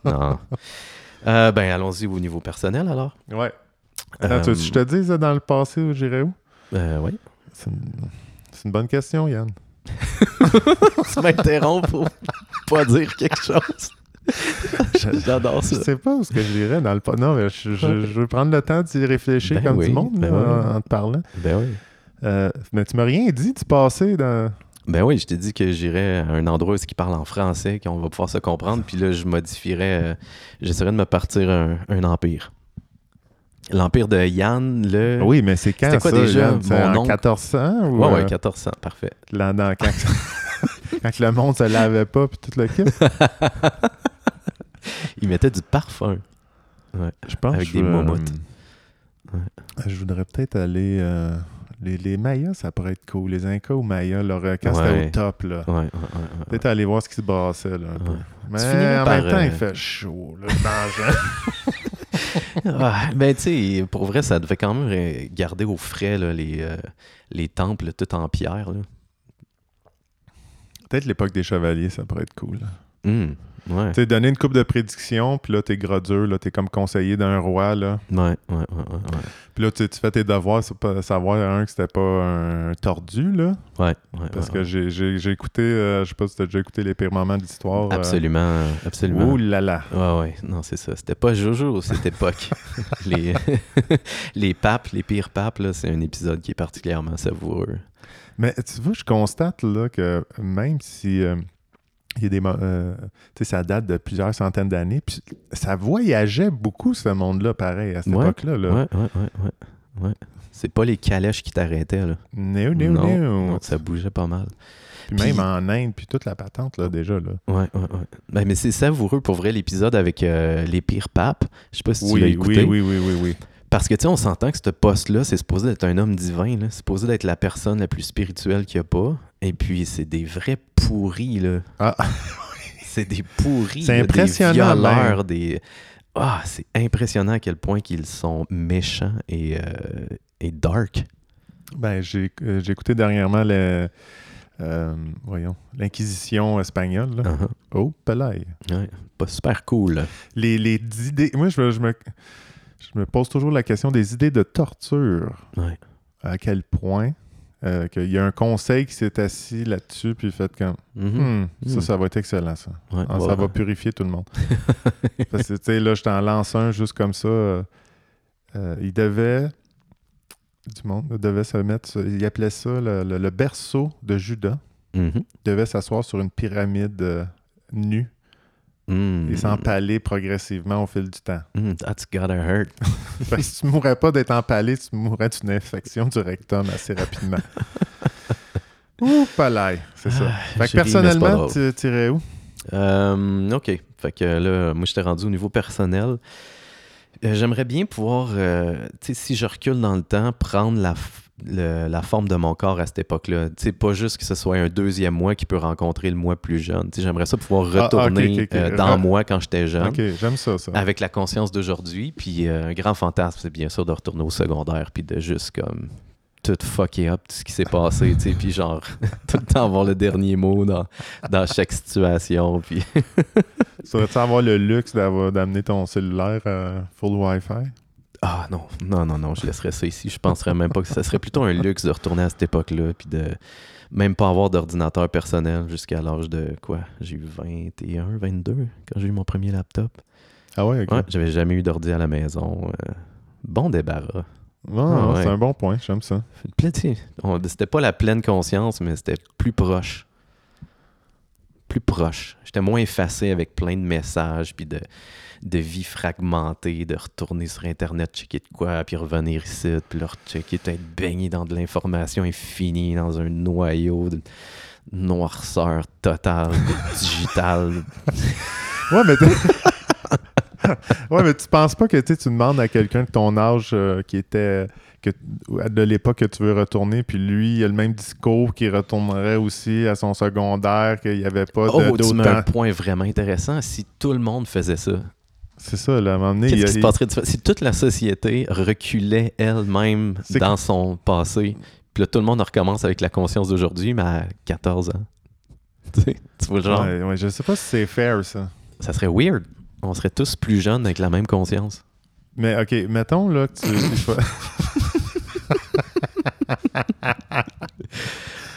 Speaker 1: Non. Euh, ben, allons-y au niveau personnel alors.
Speaker 2: Ouais. Attends, tu veux que je te dis dans le passé où j'irais où?
Speaker 1: Euh, oui.
Speaker 2: C'est une... c'est une bonne question, Yann.
Speaker 1: tu m'interromps pour pas dire quelque chose. J'adore
Speaker 2: Je
Speaker 1: ça.
Speaker 2: sais pas où ce que j'irais dans le passé. Non, mais je, je- je veux prendre le temps d'y réfléchir
Speaker 1: Ben
Speaker 2: comme
Speaker 1: oui,
Speaker 2: du monde
Speaker 1: ben
Speaker 2: là,
Speaker 1: oui.
Speaker 2: en te parlant.
Speaker 1: Ben oui.
Speaker 2: Euh, mais tu m'as rien dit du passé dans.
Speaker 1: Ben oui, je t'ai dit que j'irais à un endroit où qui parle en français, qu'on va pouvoir se comprendre, puis là, je modifierais, euh, j'essaierais de me partir un, un empire. L'empire de Yann, le...
Speaker 2: Ben Oui, mais c'est quand
Speaker 1: C'était quoi
Speaker 2: ça,
Speaker 1: déjà,
Speaker 2: Yann? C'est
Speaker 1: mon
Speaker 2: en
Speaker 1: oncle?
Speaker 2: 1400 ou
Speaker 1: Ouais, ouais,
Speaker 2: euh,
Speaker 1: 1400, parfait.
Speaker 2: là, dans- quand... quand le monde se lavait pas puis tout le kit?
Speaker 1: Il mettait du parfum. Ouais.
Speaker 2: Je pense
Speaker 1: Avec
Speaker 2: que
Speaker 1: des
Speaker 2: je, veux,
Speaker 1: momottes.
Speaker 2: euh, Je voudrais peut-être aller. euh, Les, les Mayas, ça pourrait être cool. Les Incas ou Mayas, leur, euh, quand c'était
Speaker 1: Ouais.
Speaker 2: au top, là.
Speaker 1: Ouais, ouais, ouais, ouais.
Speaker 2: Peut-être aller voir ce qui se brassait, là, un peu.
Speaker 1: Ouais.
Speaker 2: Mais
Speaker 1: finirais
Speaker 2: en
Speaker 1: par,
Speaker 2: même temps,
Speaker 1: euh,
Speaker 2: il fait chaud, là, dans le-
Speaker 1: Ah, ben, tu sais, pour vrai, ça devait quand même euh, garder au frais là, les, euh, les temples tout en pierre. Là.
Speaker 2: Peut-être l'époque des chevaliers, ça pourrait être cool.
Speaker 1: Hum, Ouais.
Speaker 2: Tu sais, donner une coupe de prédiction, puis là, t'es gros dur, là, t'es comme conseiller d'un roi, là.
Speaker 1: Ouais, ouais, ouais, ouais, ouais.
Speaker 2: Puis là, tu tu fais tes devoirs, c'est pas savoir, un, que c'était pas un tordu, là.
Speaker 1: Ouais, ouais,
Speaker 2: Parce
Speaker 1: ouais,
Speaker 2: que
Speaker 1: ouais.
Speaker 2: j'ai- j'ai j'ai écouté, euh, je sais pas si t'as déjà écouté les pires moments de l'histoire. euh,
Speaker 1: Absolument, absolument.
Speaker 2: Ouh là là.
Speaker 1: Ouais, ouais, non, c'est ça. C'était pas Jojo, cette époque. les, les papes, les pires papes, là, c'est un épisode qui est particulièrement savoureux.
Speaker 2: Mais tu vois, je constate, là, que même si... euh, il y a des. mo- euh, tu sais, ça date de plusieurs centaines d'années. Puis ça voyageait beaucoup, ce monde-là, pareil, à cette
Speaker 1: Ouais,
Speaker 2: époque-là. Là.
Speaker 1: Ouais, ouais, ouais, ouais. ouais. C'est pas les calèches qui t'arrêtaient, là.
Speaker 2: Néo, néo,
Speaker 1: non,
Speaker 2: néo.
Speaker 1: non, ça bougeait pas mal.
Speaker 2: Puis
Speaker 1: Puis-
Speaker 2: même en Inde, puis toute la patente, là, déjà, là.
Speaker 1: Ouais, ouais, ouais. Ben, mais c'est savoureux pour vrai l'épisode avec euh, les pires papes. Je sais pas si tu l'as
Speaker 2: Oui,
Speaker 1: écouté.
Speaker 2: oui, oui, oui, oui, oui.
Speaker 1: Parce que, tu sais, on s'entend que ce poste-là, c'est supposé être un homme divin, là. C'est supposé être la personne la plus spirituelle qu'il n'y a pas. Et puis, c'est des vrais pourris, là.
Speaker 2: Ah.
Speaker 1: c'est des pourris.
Speaker 2: C'est
Speaker 1: là,
Speaker 2: impressionnant, ben.
Speaker 1: Des violeurs, des. Ah, c'est impressionnant à quel point qu'ils sont méchants et, euh, et dark.
Speaker 2: Ben, j'ai euh, j'ai écouté dernièrement le, euh, voyons, l'Inquisition espagnole. là.
Speaker 1: Uh-huh.
Speaker 2: Oh, pelaille.
Speaker 1: Ouais. Pas super cool.
Speaker 2: Les, les idées. Moi, je me, je, me, je me pose toujours la question des idées de torture.
Speaker 1: Ouais.
Speaker 2: À quel point euh, qu'il y a un conseil qui s'est assis là-dessus, puis fait comme
Speaker 1: Mhm.
Speaker 2: Hmm, ça,
Speaker 1: Mhm.
Speaker 2: ça va être excellent, ça.
Speaker 1: Ouais,
Speaker 2: Ah,
Speaker 1: ouais,
Speaker 2: Ça va
Speaker 1: ouais.
Speaker 2: purifier tout le monde. Parce que, tu sais, là, je t'en lance un juste comme ça. euh, euh, il devait. Du monde, il devait se mettre. sur- Il appelait ça le, le- le berceau de Judas.
Speaker 1: Mhm.
Speaker 2: Il devait s'asseoir sur une pyramide euh, nue
Speaker 1: Mhm.
Speaker 2: et s'empaler progressivement au fil du temps.
Speaker 1: Mm, that's gotta hurt.
Speaker 2: Fait que Ben, si tu mourrais pas d'être empalé, tu mourrais d'une infection du rectum assez rapidement. Ouh, palais, c'est ça.
Speaker 1: Ah, j'ai ri,
Speaker 2: Fait que
Speaker 1: mais c'est pas
Speaker 2: personnellement,
Speaker 1: drôle.
Speaker 2: tu tirais où?
Speaker 1: Euh, OK. Fait que là, moi, j'étais rendu au niveau personnel. Euh, J'aimerais bien pouvoir, euh, tu sais, si je recule dans le temps, prendre la, f- le- la forme de mon corps à cette époque-là. Tu sais, pas juste que ce soit un deuxième moi qui peut rencontrer le moi plus jeune. Tu sais, j'aimerais ça pouvoir
Speaker 2: Ah, ah, ok,
Speaker 1: retourner
Speaker 2: ok, ok.
Speaker 1: euh, dans
Speaker 2: Re-
Speaker 1: moi quand j'étais jeune,
Speaker 2: Ok, j'aime ça, ça.
Speaker 1: avec la conscience d'aujourd'hui. Puis euh, un grand fantasme, c'est bien sûr de retourner au secondaire, puis de juste comme tout fucker up, tout ce qui s'est passé, tu sais, puis genre tout le temps avoir le dernier mot dans, dans chaque situation, puis...
Speaker 2: Tu Saurais-tu avoir le luxe d'avoir- d'amener ton cellulaire euh, full Wi-Fi?
Speaker 1: Ah non, non, non, non, je laisserais ça ici. Je penserais même pas que ça serait plutôt un luxe de retourner à cette époque-là, puis de même pas avoir d'ordinateur personnel jusqu'à l'âge de quoi J'ai eu 21, 22 quand j'ai eu mon premier laptop.
Speaker 2: Ah ouais, ok.
Speaker 1: Ouais, j'avais jamais eu d'ordi à la maison. euh, bon débarras.
Speaker 2: Non,
Speaker 1: Ah, ouais.
Speaker 2: c'est un bon point, j'aime ça.
Speaker 1: Une pleine- tu sais, on- C'était pas la pleine conscience, mais c'était plus proche. Plus proche. J'étais moins effacé avec plein de messages, puis de, de vie fragmentée, de retourner sur Internet, checker de quoi, puis revenir ici, puis le rechecker, puis être baigné dans de l'information infinie, dans un noyau de noirceur totale, de digitale.
Speaker 2: Ouais, mais, t'as- ouais, mais tu penses pas que tu sais, tu demandes à quelqu'un de ton âge euh, qui était que, de l'époque que tu veux retourner, puis lui, il a le même discours qu'il retournerait aussi à son secondaire, qu'il n'y avait pas de-
Speaker 1: Oh, tu mets un
Speaker 2: d'autant.
Speaker 1: point vraiment intéressant. Si tout le monde faisait ça,
Speaker 2: C'est ça, là, à un moment donné, il y
Speaker 1: Qu'est-ce
Speaker 2: a-
Speaker 1: qui se passerait de- si toute la société reculait elle-même
Speaker 2: C'est
Speaker 1: dans son passé? Puis là, tout le monde recommence avec la conscience d'aujourd'hui, mais à 14 ans. Tu sais, tu vois, le genre,
Speaker 2: Ouais, ouais, je sais pas si c'est fair, ça.
Speaker 1: ça serait weird. On serait tous plus jeunes avec la même conscience.
Speaker 2: Mais ok, mettons là que tu. il faut-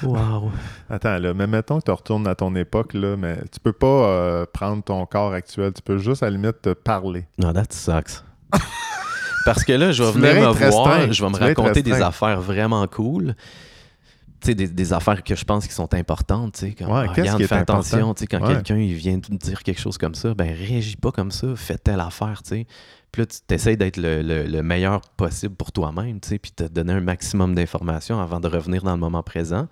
Speaker 1: Wow.
Speaker 2: Attends là, mais mettons que tu retournes à ton époque là, mais tu peux pas euh, prendre ton corps actuel, tu peux juste à la limite te parler.
Speaker 1: Non, that sucks. Parce que là, je vais
Speaker 2: Tu
Speaker 1: venir
Speaker 2: devrais
Speaker 1: me
Speaker 2: être restreint.
Speaker 1: voir, je vais me
Speaker 2: Tu devrais être
Speaker 1: raconter des
Speaker 2: restreint.
Speaker 1: affaires vraiment cool. Tu sais, des, des affaires que je pense qui sont importantes, tu sais, comme,
Speaker 2: Ouais,
Speaker 1: ah,
Speaker 2: qu'est-ce
Speaker 1: regarde,
Speaker 2: qui est
Speaker 1: fais attention,
Speaker 2: important?
Speaker 1: tu sais, quand
Speaker 2: Ouais.
Speaker 1: quelqu'un, il vient te dire quelque chose comme ça, ben, réagis pas comme ça, fais telle affaire, tu sais. Puis là, tu essaies d'être le, le- le meilleur possible pour toi-même, tu sais, puis te donner un maximum d'informations avant de revenir dans le moment présent.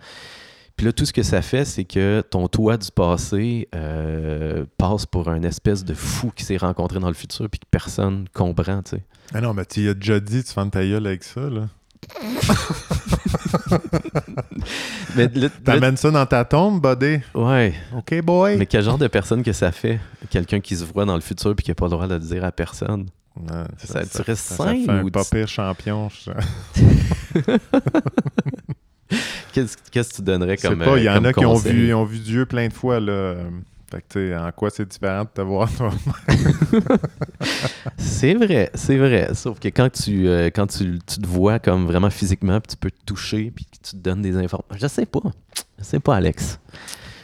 Speaker 1: Puis là, tout ce que ça fait, c'est que ton toi du passé euh, passe pour un espèce de fou qui s'est rencontré dans le futur puis que personne comprend, tu sais.
Speaker 2: Ah non, mais tu y as déjà dit, tu fais une ta gueule avec ça là.
Speaker 1: Mais là- là-
Speaker 2: T'amènes ça dans ta tombe, buddy.
Speaker 1: ouais,
Speaker 2: Ok boy.
Speaker 1: mais quel genre de personne que ça fait? Quelqu'un qui se voit dans le futur puis qui n'a pas le droit de le dire à personne.
Speaker 2: Non,
Speaker 1: Ça, tu restes
Speaker 2: ça
Speaker 1: sain
Speaker 2: fait un
Speaker 1: ou
Speaker 2: pas
Speaker 1: tu-
Speaker 2: pire champion. je-
Speaker 1: Qu'est-ce qu'est-ce que tu donnerais
Speaker 2: Je sais
Speaker 1: comme
Speaker 2: pas, il y
Speaker 1: euh,
Speaker 2: en
Speaker 1: comme
Speaker 2: a qui ont
Speaker 1: conseil?
Speaker 2: vu, ils ont vu Dieu plein de fois là. Fait que tu sais, en quoi c'est différent de te voir toi?
Speaker 1: C'est vrai, c'est vrai. Sauf que quand tu euh, quand tu, tu te vois comme vraiment physiquement, puis tu peux te toucher, puis que tu te donnes des informations. Je sais pas. Je sais pas, Alex.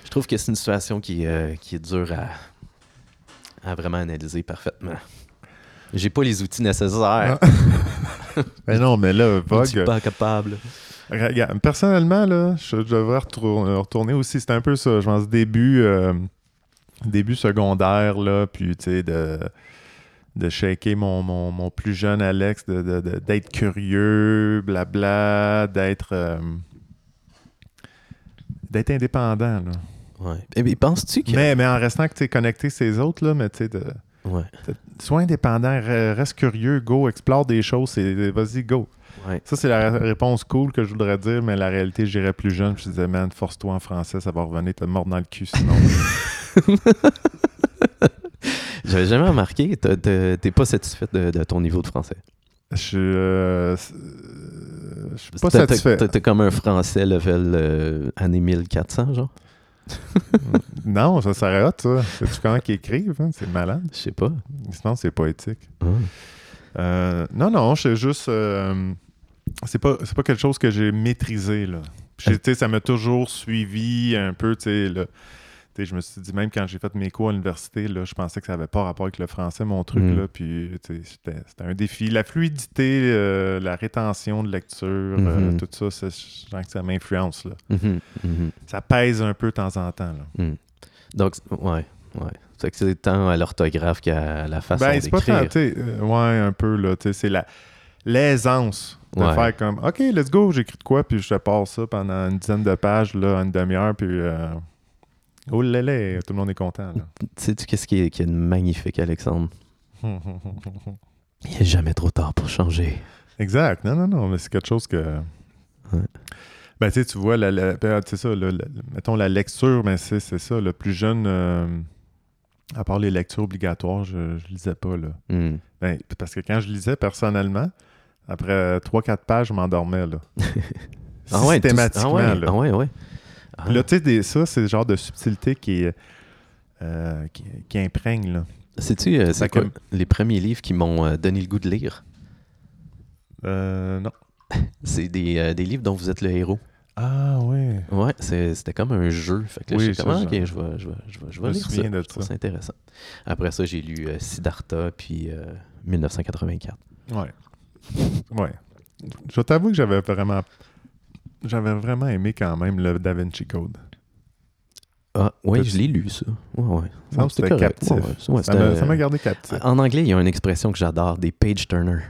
Speaker 1: Je trouve que c'est une situation qui, euh, qui est dure à, à vraiment analyser parfaitement. J'ai pas les outils nécessaires.
Speaker 2: Ah, Mais non, mais là,
Speaker 1: Je
Speaker 2: Vogue.
Speaker 1: suis pas capable.
Speaker 2: Regarde, personnellement, là, je, je devrais retour- euh, retourner aussi. C'était un peu ça, je pense, début, euh, début secondaire, là, puis, tu sais, de, de shaker mon, mon- mon plus jeune Alex, de- de- de- d'être curieux, blabla, d'être... euh, d'être indépendant, là.
Speaker 1: Ouais. Eh bien, penses-tu que.
Speaker 2: Mais, mais en restant que tu es connecté ces autres, là, mais tu sais, de-
Speaker 1: Ouais.
Speaker 2: sois indépendant, re- reste curieux, go, explore des choses, c'est- vas-y, go.
Speaker 1: ouais.
Speaker 2: Ça, c'est la réponse cool que je voudrais dire, mais la réalité, j'irais plus jeune. puis Je disais, man, force-toi en français, ça va revenir, te mordre dans le cul sinon.
Speaker 1: J'avais jamais remarqué. t'as- t'as- T'es pas satisfait de, de ton niveau de français.
Speaker 2: je suis. euh, c'est- euh, je suis pas
Speaker 1: T'as- t'as-
Speaker 2: satisfait.
Speaker 1: t'as- T'es comme un français level euh, année 1400, genre.
Speaker 2: Non, ça serait hot, ça. C'est-tu comment qu'ils écrivent? hein? C'est malade.
Speaker 1: Je sais pas.
Speaker 2: Sinon, c'est pas éthique.
Speaker 1: Hum.
Speaker 2: Euh, non, non, c'est juste. euh, c'est pas, c'est pas quelque chose que j'ai maîtrisé, là. Puis, tu sais, ça m'a toujours suivi un peu, tu sais, là. Tu sais, je me suis dit, même quand j'ai fait mes cours à l'université, là, je pensais que ça n'avait pas rapport avec le français, mon truc,
Speaker 1: Mm.
Speaker 2: là. Puis, tu sais, c'était c'était un défi. La fluidité, euh, la rétention de lecture, euh,
Speaker 1: Mhm.
Speaker 2: tout ça, c'est- je sens que ça m'influence, là.
Speaker 1: Mhm, mhm.
Speaker 2: Ça pèse un peu de temps en temps, là.
Speaker 1: Donc, c- ouais, ouais. C'est que c'est tant à l'orthographe qu'à la façon
Speaker 2: Ben, c'est pas tant,
Speaker 1: d'écrire.
Speaker 2: tu sais, euh, ouais, un peu, là, tu sais, c'est la l'aisance de
Speaker 1: Ouais.
Speaker 2: faire comme, OK, let's go, j'écris de quoi, puis je te passe ça pendant une dizaine de pages, là, une demi-heure, puis euh, oh là là, tout le monde est content, là.
Speaker 1: Sais-tu qu'est-ce qui est, qui est magnifique, Alexandre? Il n'est jamais trop tard pour changer.
Speaker 2: exact, non, non, non, mais c'est quelque chose que...
Speaker 1: Ouais.
Speaker 2: Ben, tu sais, tu vois, la, la- ben, c'est ça, le- le- mettons, la lecture, mais c'est c'est ça, le plus jeune, euh, à part les lectures obligatoires, je, je lisais pas, là.
Speaker 1: Hmm.
Speaker 2: Ben, p- parce que quand je lisais personnellement, après euh, 3-4 pages, je m'endormais. Là.
Speaker 1: tout-
Speaker 2: Systématiquement.
Speaker 1: ah ouais,
Speaker 2: là.
Speaker 1: ah ouais, ouais. Ah.
Speaker 2: Puis là, tu sais, des- ça, c'est le genre de subtilité qui, est, euh, qui, qui imprègne. Là.
Speaker 1: Sais-tu, euh, c'est
Speaker 2: Fait
Speaker 1: quoi
Speaker 2: que-
Speaker 1: les premiers livres qui m'ont euh, donné le goût de lire?
Speaker 2: Euh, non.
Speaker 1: C'est des, euh, des livres dont vous êtes le héros.
Speaker 2: Ah ouais.
Speaker 1: Ouais, c'est- c'était comme un jeu. Fait que là,
Speaker 2: Oui,
Speaker 1: j'étais comme,
Speaker 2: ça,
Speaker 1: ah,
Speaker 2: je-
Speaker 1: ok, je vais, je vais, je vais, je vais
Speaker 2: me
Speaker 1: lire ça.
Speaker 2: souviens de
Speaker 1: Je trouve
Speaker 2: ça.
Speaker 1: ça intéressant. Après ça, j'ai lu euh, Siddhartha, puis euh, 1984.
Speaker 2: Ouais. Ouais. Je t'avoue que j'avais vraiment. J'avais vraiment aimé quand même le Da Vinci Code.
Speaker 1: Ah, oui, je l'ai lu, ça. Ouais, ouais.
Speaker 2: Ça me
Speaker 1: Ouais,
Speaker 2: c'était Ah, captif.
Speaker 1: Ouais, ouais. Ouais,
Speaker 2: Ça
Speaker 1: c'était- euh,
Speaker 2: m'a ça m'a gardé captif.
Speaker 1: En anglais, il y a une expression que j'adore, des page turners.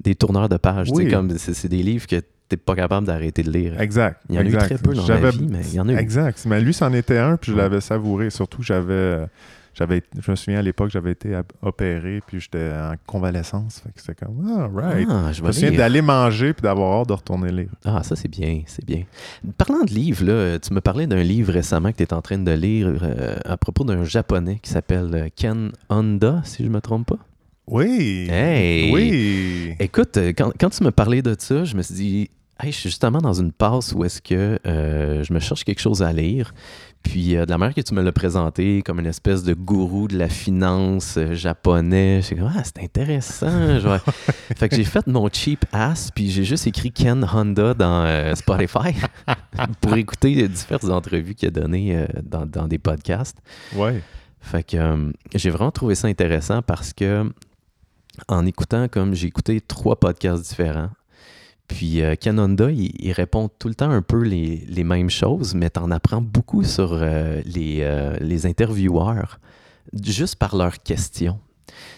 Speaker 1: Des tourneurs de pages.
Speaker 2: Oui.
Speaker 1: Tu sais, comme c'est c'est des livres que t'es pas capable d'arrêter de lire.
Speaker 2: Exact.
Speaker 1: Il y en a eu
Speaker 2: exact.
Speaker 1: très peu dans la
Speaker 2: J'avais-
Speaker 1: vie, mais il y en a eu.
Speaker 2: Exact. Mais lui, c'en était un, puis je
Speaker 1: Ouais.
Speaker 2: l'avais savouré. Surtout, j'avais. euh, J'avais, je me souviens à l'époque, j'avais été ab- opéré, puis j'étais en convalescence. Fait que c'était comme, ah, right.
Speaker 1: Ah, je
Speaker 2: je me
Speaker 1: vais
Speaker 2: souviens
Speaker 1: lire.
Speaker 2: d'aller manger, puis d'avoir hâte de retourner lire.
Speaker 1: Ah, ça, c'est bien, c'est bien. Parlant de livres, là, tu me parlais d'un livre récemment que tu es en train de lire euh, à propos d'un japonais qui s'appelle euh, Ken Honda, si je me trompe pas.
Speaker 2: Oui.
Speaker 1: Hey!
Speaker 2: Oui.
Speaker 1: Écoute, euh, quand, quand tu me parlais de ça, je me suis dit, hey, je suis justement dans une passe où est-ce que euh, je me cherche quelque chose à lire. Puis, euh, de la manière que tu me l'as présenté comme une espèce de gourou de la finance euh, japonais, j'ai comme, ah, c'est intéressant. je vais- fait que j'ai fait mon cheap ass, puis j'ai juste écrit Ken Honda dans euh, Spotify pour écouter les diverses entrevues qu'il a données euh, dans- dans des podcasts.
Speaker 2: Ouais.
Speaker 1: Fait que euh, j'ai vraiment trouvé ça intéressant parce que en écoutant, comme j'ai écouté trois podcasts différents, puis euh, Canonda, il, il répond tout le temps un peu les, les mêmes choses, mais t'en apprends beaucoup sur euh, les, euh, les intervieweurs juste par leurs questions.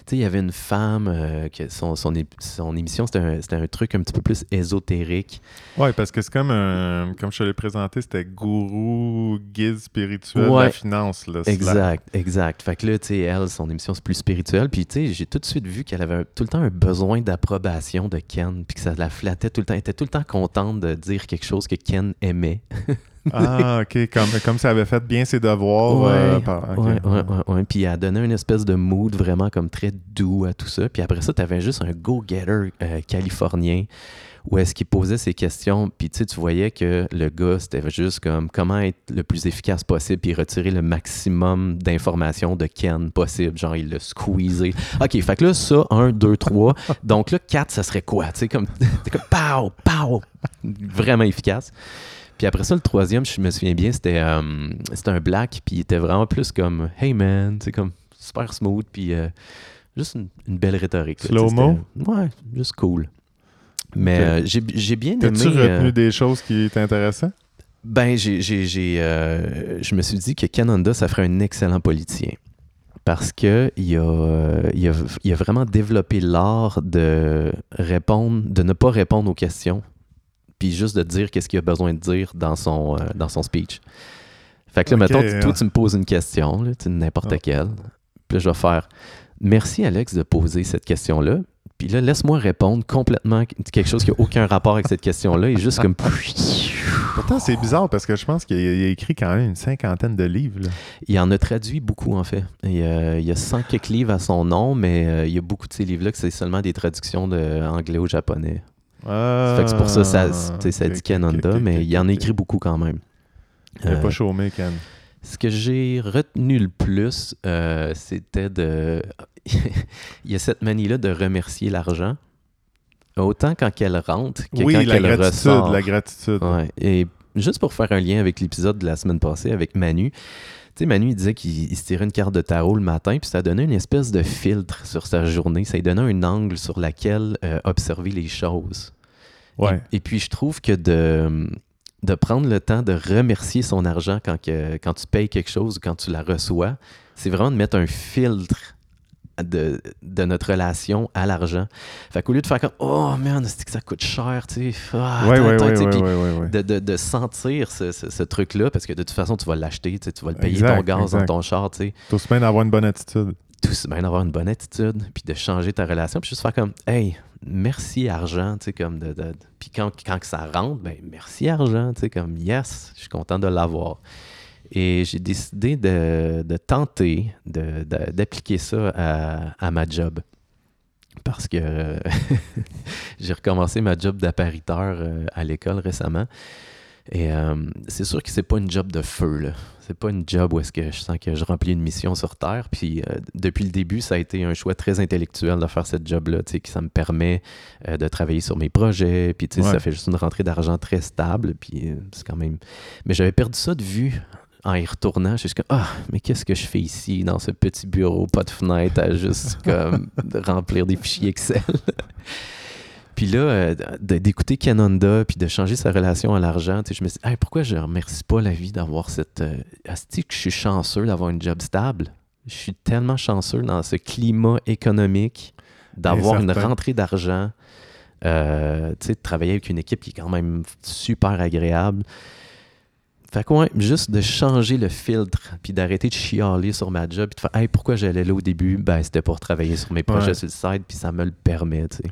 Speaker 1: Tu sais, il y avait une femme, euh, que son, son, é- son émission, c'était un, c'était un truc un petit peu plus ésotérique.
Speaker 2: Ouais, parce que c'est comme un- comme je te l'ai présenté, c'était gourou, guide spirituel de la
Speaker 1: Ouais.
Speaker 2: finance. Là, c'est la-
Speaker 1: Exact, exact. Fait que là, tu sais, elle, son émission, c'est plus spirituel. Puis, tu sais, j'ai tout de suite vu qu'elle avait un- tout le temps un besoin d'approbation de Ken, puis que ça la flattait tout le temps. Elle était tout le temps contente de dire quelque chose que Ken aimait.
Speaker 2: Ah, ok. Comme, comme ça avait fait bien ses devoirs.
Speaker 1: Ouais,
Speaker 2: euh, par- ok.
Speaker 1: Ouais, ouais, ouais, ouais. Puis, elle donnait une espèce de mood vraiment comme très doux à tout ça. Puis après ça, t'avais juste un go-getter euh, californien où est-ce qu'il posait ses questions. Puis, tu sais, tu voyais que le gars, c'était juste comme comment être le plus efficace possible puis retirer le maximum d'informations de Ken possible. Genre, il le squeezait. OK, fait que là, ça, 1, 2, 3. Donc là, 4, ça serait quoi? Tu sais, comme, t'es comme pow, pow. Vraiment efficace. Puis après ça, le troisième, je me souviens bien, c'était euh, c'était un black, puis il était vraiment plus comme Hey man, tu sais, comme super smooth, puis euh, juste une, une belle rhétorique. là, tu sais,
Speaker 2: Slow-mo?
Speaker 1: c'était- Ouais, juste cool. Mais
Speaker 2: Ok.
Speaker 1: euh, j'ai j'ai bien aimé.
Speaker 2: T'as-tu
Speaker 1: euh,
Speaker 2: retenu des choses qui t'intéressaient?
Speaker 1: ben, j'ai, j'ai- j'ai, euh, je me suis dit que Canada, ça ferait un excellent politicien. Parce que il a, euh, il a, il a vraiment développé l'art de répondre, de ne pas répondre aux questions, puis juste de dire qu'est-ce qu'il a besoin de dire dans son, euh, dans son speech. Fait que là,
Speaker 2: Ok,
Speaker 1: mettons, tu- toi,
Speaker 2: ouais.
Speaker 1: tu me poses une question, là, tu- n'importe
Speaker 2: Ah.
Speaker 1: quelle, puis là, je vais faire Merci, Alex, de poser cette question-là. Puis là, laisse-moi répondre complètement quelque chose qui n'a aucun rapport avec cette question-là, et juste comme.
Speaker 2: Pourtant,
Speaker 1: Ah.
Speaker 2: c'est bizarre parce que je pense qu'il a, il a écrit quand même une cinquantaine de livres. là.
Speaker 1: Il en a traduit beaucoup, en fait. Et, euh, il y a 100 quelques livres à son nom, mais euh, il y a beaucoup de ces livres-là que c'est seulement des traductions de euh, anglais au japonais.
Speaker 2: Ah,
Speaker 1: fait que c'est pour ça ça, tu sais, ça
Speaker 2: ok,
Speaker 1: dit
Speaker 2: ok,
Speaker 1: Canada,
Speaker 2: ok, ok,
Speaker 1: mais il en a
Speaker 2: ok.
Speaker 1: écrit beaucoup quand même.
Speaker 2: Il a
Speaker 1: Euh,
Speaker 2: pas chômé, Ken.
Speaker 1: ce que j'ai retenu le plus, euh, c'était de. il y a cette manie-là de remercier l'argent, autant quand elle rentre que
Speaker 2: Oui,
Speaker 1: quand
Speaker 2: la
Speaker 1: elle
Speaker 2: gratitude,
Speaker 1: ressort. Ah.
Speaker 2: la gratitude.
Speaker 1: Ouais. Et juste pour faire un lien avec l'épisode de la semaine passée avec Manu, tu sais, Manu, il disait qu'il il se tirait une carte de tarot le matin, puis ça donnait une espèce de filtre sur sa journée. Ça lui donnait un angle sur lequel observer les choses.
Speaker 2: Ouais.
Speaker 1: Et, et puis, je trouve que de, de prendre le temps de remercier son argent quand, que- quand tu payes quelque chose ou quand tu la reçois, c'est vraiment de mettre un filtre de, de notre relation à l'argent. Fait qu'au lieu de faire comme Oh man, c'est que ça coûte cher, tu sais. Ah,
Speaker 2: ouais,
Speaker 1: attends,
Speaker 2: ouais,
Speaker 1: attends,
Speaker 2: ouais,
Speaker 1: tu sais. Puis
Speaker 2: ouais, ouais, ouais.
Speaker 1: de, de- de sentir ce, ce- ce truc-là, parce que de toute façon, tu vas l'acheter, tu sais, tu vas le payer
Speaker 2: Exact,
Speaker 1: ton gaz
Speaker 2: exact.
Speaker 1: dans ton char, tu sais.
Speaker 2: T'as aussi bien d'avoir une bonne attitude.
Speaker 1: Tout c'est bien d'avoir une bonne attitude, puis de changer ta relation, puis juste faire comme, hey, merci argent, tu sais, comme de. de- de- puis quand, quand que ça rentre, ben merci argent, tu sais, comme yes, je suis content de l'avoir. Et j'ai décidé de, de tenter de- de- d'appliquer ça à, à ma job. Parce que euh, j'ai recommencé ma job d'appariteur euh, à l'école récemment. Et euh, c'est sûr que c'est pas une job de feu, là. C'est pas une job où est-ce que je sens que je remplis une mission sur Terre. Puis euh, depuis le début, ça a été un choix très intellectuel de faire cette job-là, tu sais, que ça me permet euh, de travailler sur mes projets. Puis tu sais,
Speaker 2: Ouais.
Speaker 1: ça fait juste une rentrée d'argent très stable. Puis euh, c'est quand même... Mais j'avais perdu ça de vue en y retournant, je suis comme Ah, mais qu'est-ce que je fais ici, dans ce petit bureau, pas de fenêtre, à juste comme remplir des fichiers Excel. Puis là, euh, d- d'écouter Canonda, puis de changer sa relation à l'argent, tu sais, je me suis dit, Hey, pourquoi je remercie pas la vie d'avoir cette. Euh, asti que je suis chanceux d'avoir une job stable. Je suis tellement chanceux dans ce climat économique d'avoir une
Speaker 2: certain.
Speaker 1: rentrée d'argent, euh, tu sais, de travailler avec une équipe qui est quand même super agréable. Fait quoi, juste de changer le filtre, puis d'arrêter de chialer sur ma job, puis de faire, hey, pourquoi j'allais là au début? Ben, c'était pour travailler sur mes projets
Speaker 2: Ouais.
Speaker 1: sur le site, puis ça me le permet, tu sais.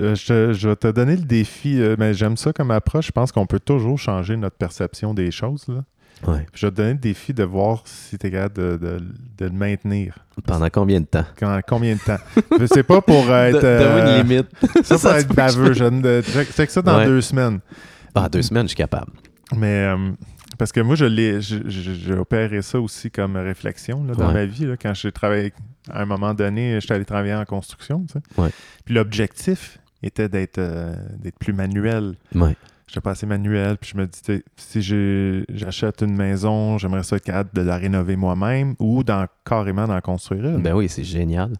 Speaker 2: Euh, Je, te- je vais te donner le défi, euh, mais j'aime ça comme approche. Je pense qu'on peut toujours changer notre perception des choses. là.
Speaker 1: Ouais.
Speaker 2: Puis Je vais te donner le défi de voir si tu es capable de, de- de le maintenir.
Speaker 1: Pendant combien de temps?
Speaker 2: Quand- combien de temps? Je sais pas pour
Speaker 1: De-
Speaker 2: être,
Speaker 1: Donne-moi
Speaker 2: euh,
Speaker 1: une limite.
Speaker 2: ça, pour
Speaker 1: se
Speaker 2: être
Speaker 1: peut que
Speaker 2: baveux. Je ne- de- check- check ça dans
Speaker 1: Ouais.
Speaker 2: deux semaines.
Speaker 1: je- Ah, deux semaines, je suis capable.
Speaker 2: Mais euh, parce que moi, je l'ai, je- je- j'ai opéré ça aussi comme réflexion là, dans
Speaker 1: Ouais.
Speaker 2: ma vie. là, quand j'ai travaillé, à un moment donné, j'étais allé travailler en construction. tu sais.
Speaker 1: Ouais.
Speaker 2: Puis l'objectif était d'être, euh, d'être plus manuel.
Speaker 1: Ouais.
Speaker 2: J'étais passé manuel, puis je me dis, tu sais, si j'ai- j'achète une maison, j'aimerais ça être capable de la rénover moi-même ou d'en, carrément d'en construire une.
Speaker 1: Ben oui, c'est génial.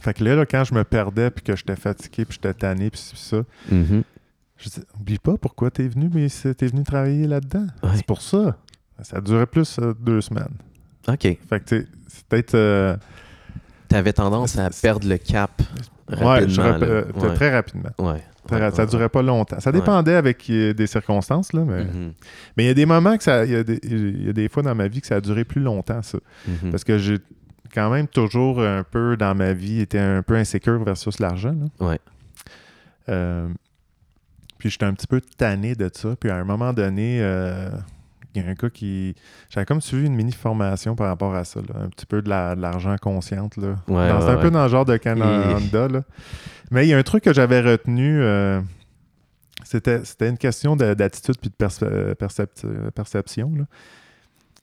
Speaker 2: Fait que là, là, quand je me perdais, puis que j'étais fatigué, puis j'étais tanné, puis ci, puis ça,
Speaker 1: Mhm.
Speaker 2: je dis, oublie pas pourquoi t'es venu, mais c'est- t'es venu travailler là-dedans.
Speaker 1: Ouais.
Speaker 2: C'est pour ça. Ça durait plus euh, deux semaines.
Speaker 1: OK.
Speaker 2: Fait que, tu sais, c'est peut-être. euh,
Speaker 1: T'avais tendance à perdre le cap rapidement.
Speaker 2: ouais, je rep-
Speaker 1: là.
Speaker 2: euh,
Speaker 1: Ouais.
Speaker 2: très rapidement.
Speaker 1: Ouais.
Speaker 2: Très
Speaker 1: Ouais,
Speaker 2: ra- ça
Speaker 1: ouais,
Speaker 2: durait pas longtemps. Ça dépendait avec euh, des circonstances, là, mais
Speaker 1: ouais.
Speaker 2: mais il
Speaker 1: Mhm.
Speaker 2: y a des moments que ça. Il y, a des- il y a des fois dans ma vie que ça a duré plus longtemps, ça.
Speaker 1: Mhm.
Speaker 2: Parce que j'ai quand même toujours un peu dans ma vie été un peu insécure versus l'argent. là.
Speaker 1: Ouais.
Speaker 2: Euh, puis j'étais un petit peu tanné de ça. Puis à un moment donné, euh, il y a un gars qui. J'avais comme suivi une mini-formation par rapport à ça, là, un petit peu de la- de l'argent consciente. Là.
Speaker 1: Ouais,
Speaker 2: Dans-
Speaker 1: ouais,
Speaker 2: c'est un
Speaker 1: ouais.
Speaker 2: peu dans le genre de Canada. là. Mais il y a un truc que j'avais retenu. euh, c'était, c'était une question de- d'attitude puis de perce- euh, percept- euh, perception. là.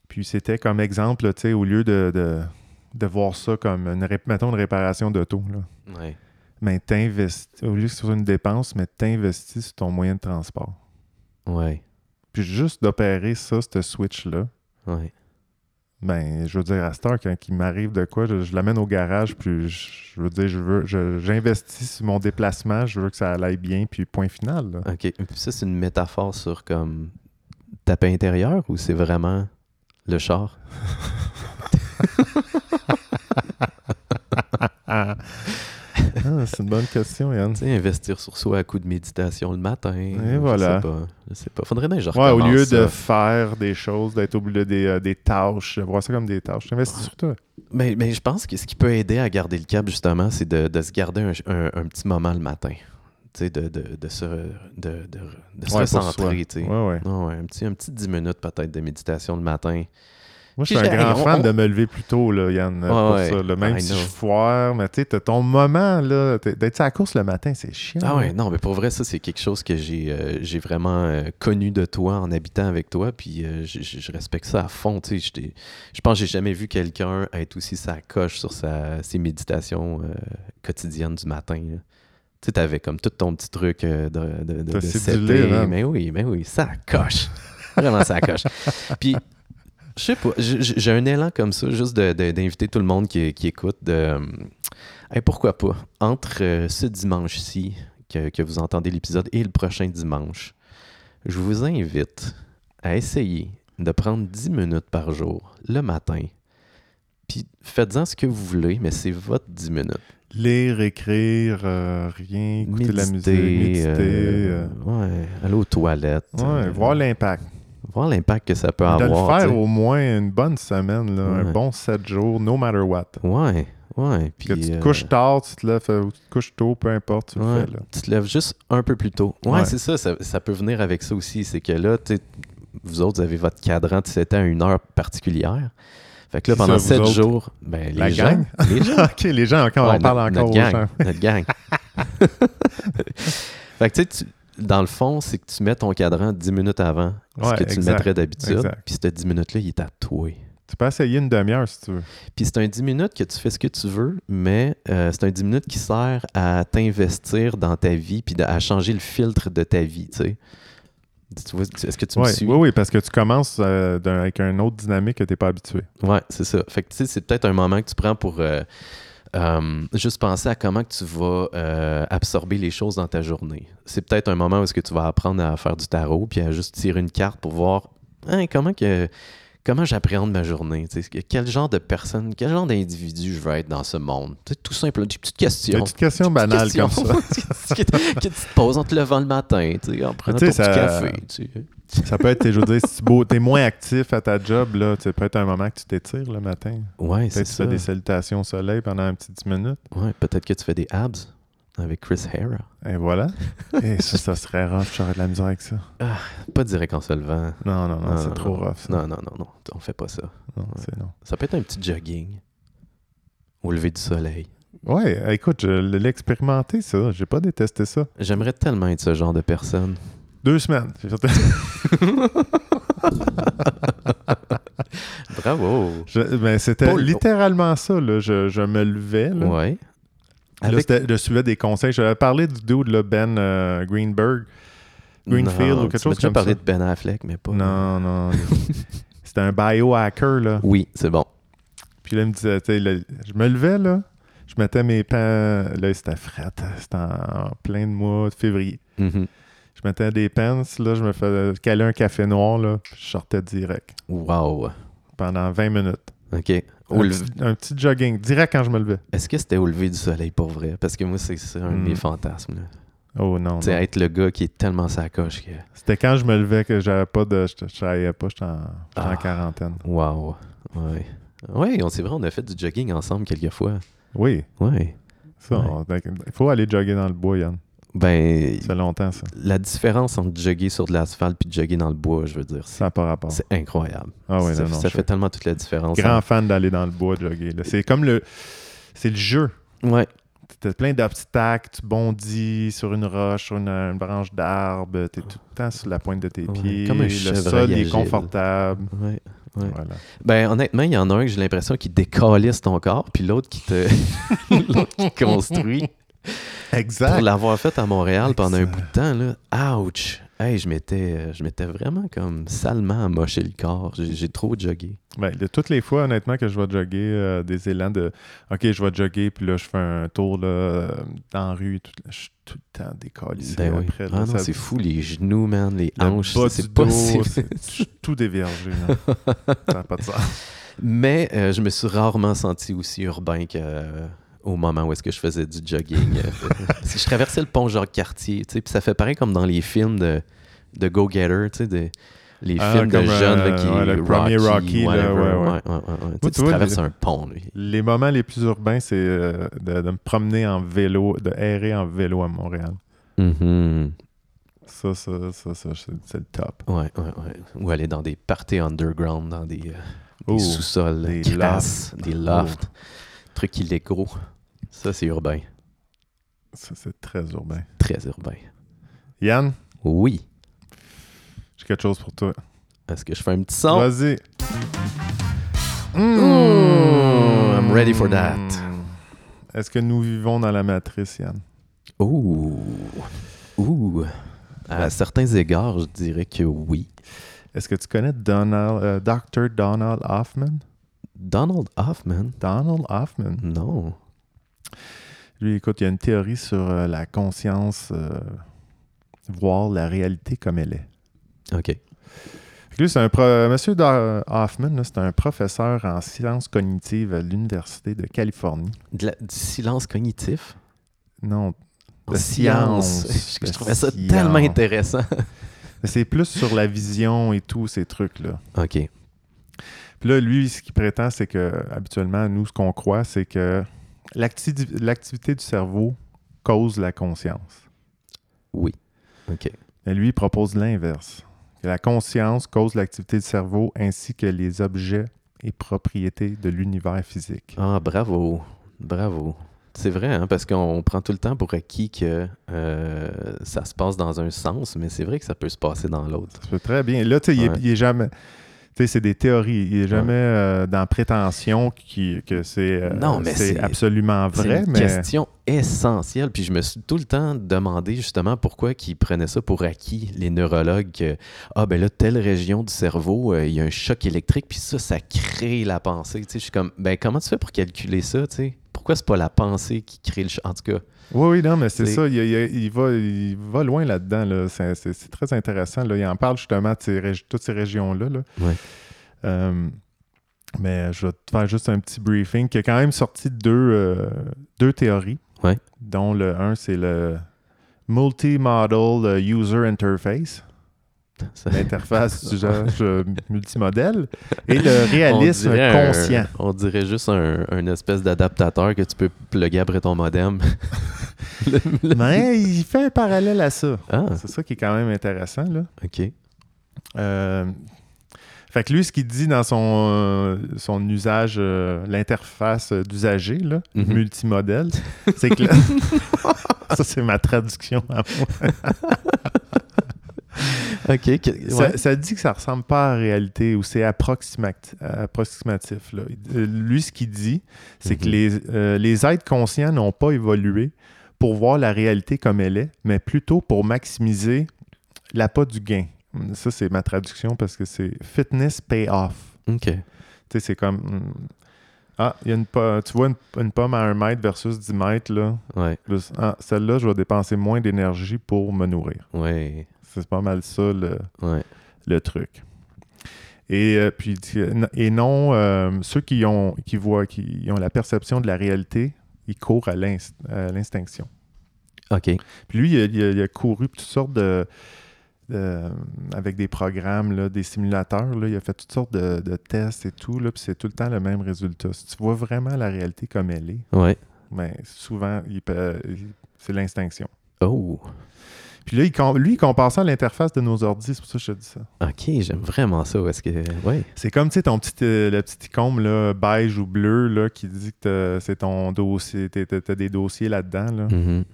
Speaker 2: Puis c'était comme exemple, tu sais, au lieu de, de, de voir ça comme une, ré- mettons, une réparation d'auto. Là.
Speaker 1: Ouais.
Speaker 2: Mais t'investis, au lieu que ce soit une dépense, mais t'investis sur ton moyen de transport.
Speaker 1: Ouais.
Speaker 2: Puis juste d'opérer ça, ce switch-là,
Speaker 1: Ouais.
Speaker 2: ben, je veux dire, à cette heure, quand il m'arrive de quoi, je, je l'amène au garage, puis je, je veux dire, je veux, je- j'investis sur mon déplacement, je veux que ça aille bien, puis point final. là.
Speaker 1: OK. Puis ça, c'est une métaphore sur comme ta paix intérieure ou c'est vraiment le char?
Speaker 2: Ah. Ah, c'est une bonne question, Yann.
Speaker 1: Tu sais, investir sur soi à coup de méditation le matin. je
Speaker 2: voilà.
Speaker 1: Sais pas, je sais pas. Faudrait bien que je
Speaker 2: Ouais, au
Speaker 1: recommence
Speaker 2: lieu de
Speaker 1: ça.
Speaker 2: faire des choses, d'être au bout des, euh, des tâches, voir ça comme des tâches, t'investis sur toi.
Speaker 1: Mais, mais je pense que ce qui peut aider à garder le cap, justement, c'est de, de se garder un, un- un petit moment le matin. Tu sais, de, de, de se, de, de- de se
Speaker 2: Ouais, pour soi.
Speaker 1: recentrer, tu sais. Ah
Speaker 2: Ouais, ouais.
Speaker 1: Ouais, ouais, un, petit, un petit 10 minutes peut-être de méditation le matin.
Speaker 2: Moi, je
Speaker 1: Puis
Speaker 2: suis un
Speaker 1: j'ai-
Speaker 2: grand
Speaker 1: hey, on-
Speaker 2: fan
Speaker 1: on-
Speaker 2: de me lever plus tôt, là, Yann, euh, pour
Speaker 1: ouais.
Speaker 2: ça. là. Même
Speaker 1: I
Speaker 2: si
Speaker 1: know.
Speaker 2: je foire, mais tu sais, t'as ton moment, là, t'es- d'être à la course le matin, c'est chiant.
Speaker 1: Ah ouais, non, mais pour vrai, ça, c'est quelque chose que j'ai euh, j'ai vraiment euh, connu de toi en habitant avec toi, puis euh, je- je je respecte ça à fond, tu sais. Je t'ai- Je pense que j'ai jamais vu quelqu'un être aussi sa coche sur sa, ses méditations euh, quotidiennes du matin, là. Tu sais, t'avais comme tout ton petit truc euh, de, de, de,
Speaker 2: T'as
Speaker 1: de
Speaker 2: cédulé,
Speaker 1: setter.
Speaker 2: man.
Speaker 1: Mais oui, mais oui, ça coche. Vraiment, ça coche. Puis, je sais pas, j- j- j'ai un élan comme ça, juste de- de- d'inviter tout le monde qui, qui écoute, de, euh, Hey, pourquoi pas? Entre euh, ce dimanche-ci, que, que vous entendez l'épisode, et le prochain dimanche, je vous invite à essayer de prendre 10 minutes par jour, le matin. Puis faites-en ce que vous voulez, mais c'est votre 10 minutes.
Speaker 2: Lire, écrire, euh, rien, écouter de la musique, méditer.
Speaker 1: euh,
Speaker 2: euh,
Speaker 1: ouais, aller aux toilettes.
Speaker 2: Ouais,
Speaker 1: euh,
Speaker 2: voir l'impact.
Speaker 1: voir l'impact que ça peut
Speaker 2: De le
Speaker 1: avoir.
Speaker 2: faire
Speaker 1: tu sais.
Speaker 2: au moins une bonne semaine, là,
Speaker 1: Ouais.
Speaker 2: un bon 7 jours, no matter what.
Speaker 1: Ouais, ouais. Puis,
Speaker 2: que tu te
Speaker 1: euh,
Speaker 2: couches tard, tu te lèves, euh, ou tu te couches tôt, peu importe, tu
Speaker 1: Ouais,
Speaker 2: le fais. Là.
Speaker 1: Tu te lèves juste un peu plus tôt. Ouais,
Speaker 2: Ouais.
Speaker 1: c'est ça, ça. ça peut venir avec ça aussi. C'est que là, tu sais, vous autres, vous avez votre cadran de 7 ans à une heure particulière. Fait que là,
Speaker 2: Qui ça,
Speaker 1: pendant
Speaker 2: vous
Speaker 1: 7
Speaker 2: autres?
Speaker 1: jours, ben,
Speaker 2: La
Speaker 1: les gens.
Speaker 2: gang?
Speaker 1: Les gens.
Speaker 2: OK, les gens, encore,
Speaker 1: Ouais,
Speaker 2: on parle
Speaker 1: notre-
Speaker 2: encore aux
Speaker 1: notre gang,
Speaker 2: gens.
Speaker 1: Notre gang. fait que tu sais, tu- dans le fond, c'est que tu mets ton cadran 10 minutes avant ce
Speaker 2: Ouais,
Speaker 1: que tu le
Speaker 2: exact,
Speaker 1: mettrais d'habitude.
Speaker 2: exact.
Speaker 1: Puis ce 10 minutes-là, il est à toi.
Speaker 2: Tu peux essayer une demi-heure si tu veux.
Speaker 1: Puis c'est un 10 minutes que tu fais ce que tu veux, mais euh, c'est un 10 minutes qui sert à t'investir dans ta vie puis de- à changer le filtre de ta vie, tu sais. Tu vois, tu- Est-ce que tu me
Speaker 2: Ouais,
Speaker 1: suis?
Speaker 2: oui, oui, parce que tu commences euh, d'un- avec un autre dynamique que tu n'es pas habitué.
Speaker 1: Ouais, c'est ça. Fait que tu sais, c'est peut-être un moment que tu prends pour euh, euh, juste penser à comment que tu vas euh, absorber les choses dans ta journée. C'est peut-être un moment où est-ce que tu vas apprendre à faire du tarot, puis à juste tirer une carte pour voir hein, comment que comment j'appréhende ma journée. Tu sais, quel genre de personne, quel genre d'individu je veux être dans ce monde. Tu sais, tout simple, des petites questions.
Speaker 2: Des petites questions banales
Speaker 1: questions
Speaker 2: comme ça.
Speaker 1: que, que tu te poses en te levant le matin, tu sais, en prenant
Speaker 2: Tu
Speaker 1: ton
Speaker 2: sais,
Speaker 1: petit
Speaker 2: ça-
Speaker 1: café. tu sais.
Speaker 2: ça peut être, je veux dire, si tu es moins actif à ta job, là, ça peut être un moment que tu t'étires le matin.
Speaker 1: Ouais, c'est
Speaker 2: Peut-être que tu
Speaker 1: ça.
Speaker 2: fais des salutations au soleil pendant un petit 10 minutes.
Speaker 1: Ouais, peut-être que tu fais des abs avec Chris Hera.
Speaker 2: Et voilà. Et ça, ça serait rough. J'aurais de la misère avec ça.
Speaker 1: Pas direct en se levant.
Speaker 2: Non, non, non,
Speaker 1: Non,
Speaker 2: c'est
Speaker 1: non,
Speaker 2: trop rough. Ça.
Speaker 1: Non, non, non, non, on fait pas ça.
Speaker 2: Non, c'est non.
Speaker 1: Ça peut être un petit jogging au lever du soleil.
Speaker 2: Ouais, écoute, je l'ai expérimenté, ça. J'ai pas détesté ça.
Speaker 1: J'aimerais tellement être ce genre de personne.
Speaker 2: Deux semaines. J'ai fait-
Speaker 1: Bravo!
Speaker 2: Je- ben, c'était
Speaker 1: Paul-
Speaker 2: littéralement ça. Là. Je, je me levais. Là.
Speaker 1: Ouais.
Speaker 2: Mm. Là,
Speaker 1: Avec-
Speaker 2: c'était- je suivais des conseils. J'avais parlé du dude, là, Ben euh, Greenberg. Greenfield
Speaker 1: Non,
Speaker 2: ou quelque
Speaker 1: tu m'as
Speaker 2: chose
Speaker 1: déjà
Speaker 2: comme
Speaker 1: parlé
Speaker 2: ça.
Speaker 1: de Ben Affleck, mais pas.
Speaker 2: Non, non. c'était un biohacker, là.
Speaker 1: Oui, c'est bon.
Speaker 2: Puis là, il me disait, tu sais, là, je me levais, là, je mettais mes pants, là, c'était fret, c'était en plein de mois de février.
Speaker 1: Mhm.
Speaker 2: Je mettais des pants, là, je me faisais caler un café noir, là, puis je sortais direct
Speaker 1: Wow.
Speaker 2: pendant 20 minutes.
Speaker 1: OK. Au
Speaker 2: Un,
Speaker 1: lever-
Speaker 2: petit, un petit jogging, direct quand je me levais.
Speaker 1: Est-ce que c'était au lever du soleil pour vrai? Parce que moi, c'est ça, un de mes
Speaker 2: Mm.
Speaker 1: fantasmes. là.
Speaker 2: Oh non,
Speaker 1: Tu sais,
Speaker 2: non.
Speaker 1: être le gars qui est tellement sacoche que.
Speaker 2: C'était quand je me levais que j'avais pas de... Je je travaillais pas, j'étais en, j'étais en
Speaker 1: Ah.
Speaker 2: quarantaine.
Speaker 1: Wow. Ouais. Ouais, on- c'est vrai, on a fait du jogging ensemble quelques fois.
Speaker 2: Oui,
Speaker 1: Ouais.
Speaker 2: ça,
Speaker 1: Ouais.
Speaker 2: on- il faut aller jogger dans le bois, Yann.
Speaker 1: Ben,
Speaker 2: C'est longtemps, ça.
Speaker 1: la différence entre jogger sur de l'asphalte puis jogger dans le bois, je veux dire, c'est
Speaker 2: Ça n'a pas rapport.
Speaker 1: c'est incroyable.
Speaker 2: Ah oui,
Speaker 1: ça
Speaker 2: non, non,
Speaker 1: ça
Speaker 2: je-
Speaker 1: fait tellement toute la différence. Hein.
Speaker 2: Grand fan d'aller dans le bois jogger. là. C'est comme le... C'est le jeu.
Speaker 1: Ouais.
Speaker 2: T'as plein d'obstacles, tu bondis sur une roche, sur une, une branche d'arbre, t'es tout le temps sur la pointe de tes
Speaker 1: Ouais,
Speaker 2: pieds,
Speaker 1: comme un
Speaker 2: le
Speaker 1: chevreuil
Speaker 2: sol est
Speaker 1: agile.
Speaker 2: confortable.
Speaker 1: Ouais. Ouais.
Speaker 2: Voilà.
Speaker 1: Ben, honnêtement, il y en a un que j'ai l'impression qui décalisse ton corps, puis l'autre qui te. l'autre qui construit. Pour
Speaker 2: Exact.
Speaker 1: l'avoir fait à Montréal pendant un bout de temps, là, ouch! Hey, je m'étais, euh, je m'étais vraiment comme salement amoché le corps. J'ai, j'ai trop jogué.
Speaker 2: Ben, de toutes les fois, honnêtement, que je vais jogger, euh, des élans de OK, je vais jogger, puis là, je fais un tour là, euh, dans la rue, tout- je suis tout le temps décalissé
Speaker 1: Ben oui.
Speaker 2: après. là,
Speaker 1: Ah non,
Speaker 2: ça-
Speaker 1: c'est fou, les genoux, man, les
Speaker 2: le
Speaker 1: hanches,
Speaker 2: bas
Speaker 1: ça,
Speaker 2: du
Speaker 1: c'est
Speaker 2: dos,
Speaker 1: possible.
Speaker 2: c'est- je suis tout dévergé. là. ça n'a pas de sens.
Speaker 1: Mais euh, je me suis rarement senti aussi urbain que. euh, au moment où est-ce que je faisais du jogging. Euh, je traversais le pont Jacques-Cartier, tu sais, puis ça fait pareil comme dans les films de, de Go-Getter, tu sais, de- les
Speaker 2: Ah,
Speaker 1: films de
Speaker 2: comme,
Speaker 1: jeunes là,
Speaker 2: euh,
Speaker 1: qui...
Speaker 2: ouais, le premier Rocky, là,
Speaker 1: whatever,
Speaker 2: ouais,
Speaker 1: ouais, ouais,
Speaker 2: ouais.
Speaker 1: ouais. Tu sais,
Speaker 2: Moi, tu
Speaker 1: tu
Speaker 2: vois,
Speaker 1: traverses
Speaker 2: les-
Speaker 1: un pont, lui.
Speaker 2: Les moments les plus urbains, c'est euh, de, de me promener en vélo, de errer en vélo à Montréal. Mm-hmm.
Speaker 1: Mhm.
Speaker 2: Ça, ça, ça, ça, c'est c'est le top.
Speaker 1: Ouais, ouais, ouais. Ou aller dans des parties underground, dans des, euh, des
Speaker 2: Oh,
Speaker 1: sous-sols,
Speaker 2: des
Speaker 1: crasses, des lofts,
Speaker 2: Oh.
Speaker 1: trucs illégaux. Ça, c'est urbain,
Speaker 2: Ça, c'est très urbain.
Speaker 1: très urbain.
Speaker 2: Yann,
Speaker 1: Oui.
Speaker 2: j'ai quelque chose pour toi.
Speaker 1: Est-ce que je fais un petit son?
Speaker 2: Vas-y.
Speaker 1: Ooh, I'm ready for that.
Speaker 2: Hmm. Est-ce que nous vivons dans la matrice, Yann?
Speaker 1: Ouh. Ouh.
Speaker 2: Ah.
Speaker 1: À certains égards, je dirais que oui.
Speaker 2: Est-ce que tu connais Donald, euh, Dr. Donald Hoffman?
Speaker 1: Donald Hoffman?
Speaker 2: Donald Hoffman.
Speaker 1: Non.
Speaker 2: Lui, écoute, il y a une théorie sur euh, la conscience, euh, voir la réalité comme elle est.
Speaker 1: OK.
Speaker 2: Fait que Lui, c'est un pro- Monsieur Do- Hoffman, là, c'est un professeur en sciences cognitives à l'Université de Californie.
Speaker 1: De la- du silence cognitif?
Speaker 2: Non,
Speaker 1: En
Speaker 2: De
Speaker 1: science.
Speaker 2: science.
Speaker 1: Je,
Speaker 2: De
Speaker 1: trouvais ça
Speaker 2: science.
Speaker 1: tellement intéressant.
Speaker 2: c'est plus sur la vision et tous ces trucs-là.
Speaker 1: OK.
Speaker 2: Puis là, lui, ce qu'il prétend, c'est que habituellement, nous, ce qu'on croit, c'est que l'acti- l'activité du cerveau cause la conscience.
Speaker 1: Oui. OK.
Speaker 2: Mais lui, il propose l'inverse. Que la conscience cause l'activité du cerveau ainsi que les objets et propriétés de l'univers physique.
Speaker 1: Ah, bravo. Bravo. C'est vrai, hein, parce qu'on prend tout le temps pour acquis que euh, ça se passe dans un sens, mais c'est vrai que ça peut se passer dans l'autre.
Speaker 2: Ça se peut très bien. Là, tu sais, il est-
Speaker 1: Ouais.
Speaker 2: il est jamais. Tu sais, c'est des théories. Il n'est jamais euh, dans prétention qui, que c'est euh,
Speaker 1: Non, mais
Speaker 2: c'est
Speaker 1: c'est-
Speaker 2: absolument vrai,
Speaker 1: C'est une
Speaker 2: mais
Speaker 1: question essentielle. Puis je me suis tout le temps demandé justement pourquoi ils prenaient ça pour acquis, les neurologues, que ah ben là, telle région du cerveau, euh, il y a un choc électrique, puis ça, ça crée la pensée. Tu sais, je suis comme ben comment tu fais pour calculer ça, tu sais? Pour- pourquoi c'est pas la pensée qui crée le... ch- En tout cas,
Speaker 2: Oui, oui, non, mais c'est
Speaker 1: C'est-
Speaker 2: ça. Il, il- il va, il va loin là-dedans. là. C'est, c'est- c'est très intéressant. là. Il en parle justement de ces régi- toutes ces régions-là. là.
Speaker 1: Ouais.
Speaker 2: Euh, mais je vais te faire juste un petit briefing qui a quand même sorti deux, euh, deux théories.
Speaker 1: Ouais.
Speaker 2: Dont le un, c'est le Multimodal euh, User Interface,
Speaker 1: ça-
Speaker 2: l'interface du genre euh, multimodèle, et le réalisme
Speaker 1: on dirait un-
Speaker 2: conscient.
Speaker 1: on dirait juste un, un espèce d'adaptateur que tu peux plugger après ton modem. Le- le-
Speaker 2: Mais il fait un parallèle à ça.
Speaker 1: Ah,
Speaker 2: C'est ça qui est quand même intéressant. Là.
Speaker 1: ok.
Speaker 2: Euh, fait que lui, ce qu'il dit dans son, euh, son usage, euh, l'interface euh, d'usager, là,
Speaker 1: Mhm.
Speaker 2: multimodèle, c'est que là- ça, c'est ma traduction à moi.
Speaker 1: Ok. que-
Speaker 2: Ça-
Speaker 1: ouais.
Speaker 2: Ça, dit que ça ressemble pas à la réalité ou c'est approximat- approximatif. là. Il- euh, Lui, ce qu'il dit, c'est que
Speaker 1: Mhm.
Speaker 2: les, euh, les êtres conscients n'ont pas évolué pour voir la réalité comme elle est, mais plutôt pour maximiser l'appât du gain. Ça, c'est ma traduction parce que c'est fitness payoff.
Speaker 1: Ok.
Speaker 2: Tu sais, c'est comme. hmm, Ah, il y a une po- tu vois une, une pomme à 1 mètre versus 10 mètres, là.
Speaker 1: Ouais.
Speaker 2: Plus, ah, celle-là, je vais dépenser moins d'énergie pour me nourrir.
Speaker 1: Ouais.
Speaker 2: C'est pas mal ça, le,
Speaker 1: Ouais.
Speaker 2: le truc. Et euh, puis, tu- et non, euh, ceux qui ont, qui voient, qui ont la perception de la réalité, ils courent à l'inst- à l'instinction.
Speaker 1: Ok.
Speaker 2: Puis lui, il a, il a- il a couru toutes sortes de. de- avec des programmes, là, des simulateurs. là. il a fait toutes sortes de, de tests et tout. Là, puis c'est tout le temps le même résultat. Si tu vois vraiment la réalité comme elle est,
Speaker 1: Ouais.
Speaker 2: ben, souvent, il peut- il- c'est l'instinction.
Speaker 1: Oh.
Speaker 2: Puis là, il, com- lui, il compare ça à l'interface de nos ordi. C'est pour ça que je te dis ça.
Speaker 1: Ok. J'aime vraiment ça. Est-ce que. Ouais.
Speaker 2: C'est comme, tu sais, ton petit, euh, la petite icône là, beige ou bleu là, qui dit que t'as- c'est ton dossier, t'es- t'as t'as des dossiers là-dedans. là.
Speaker 1: Mhm.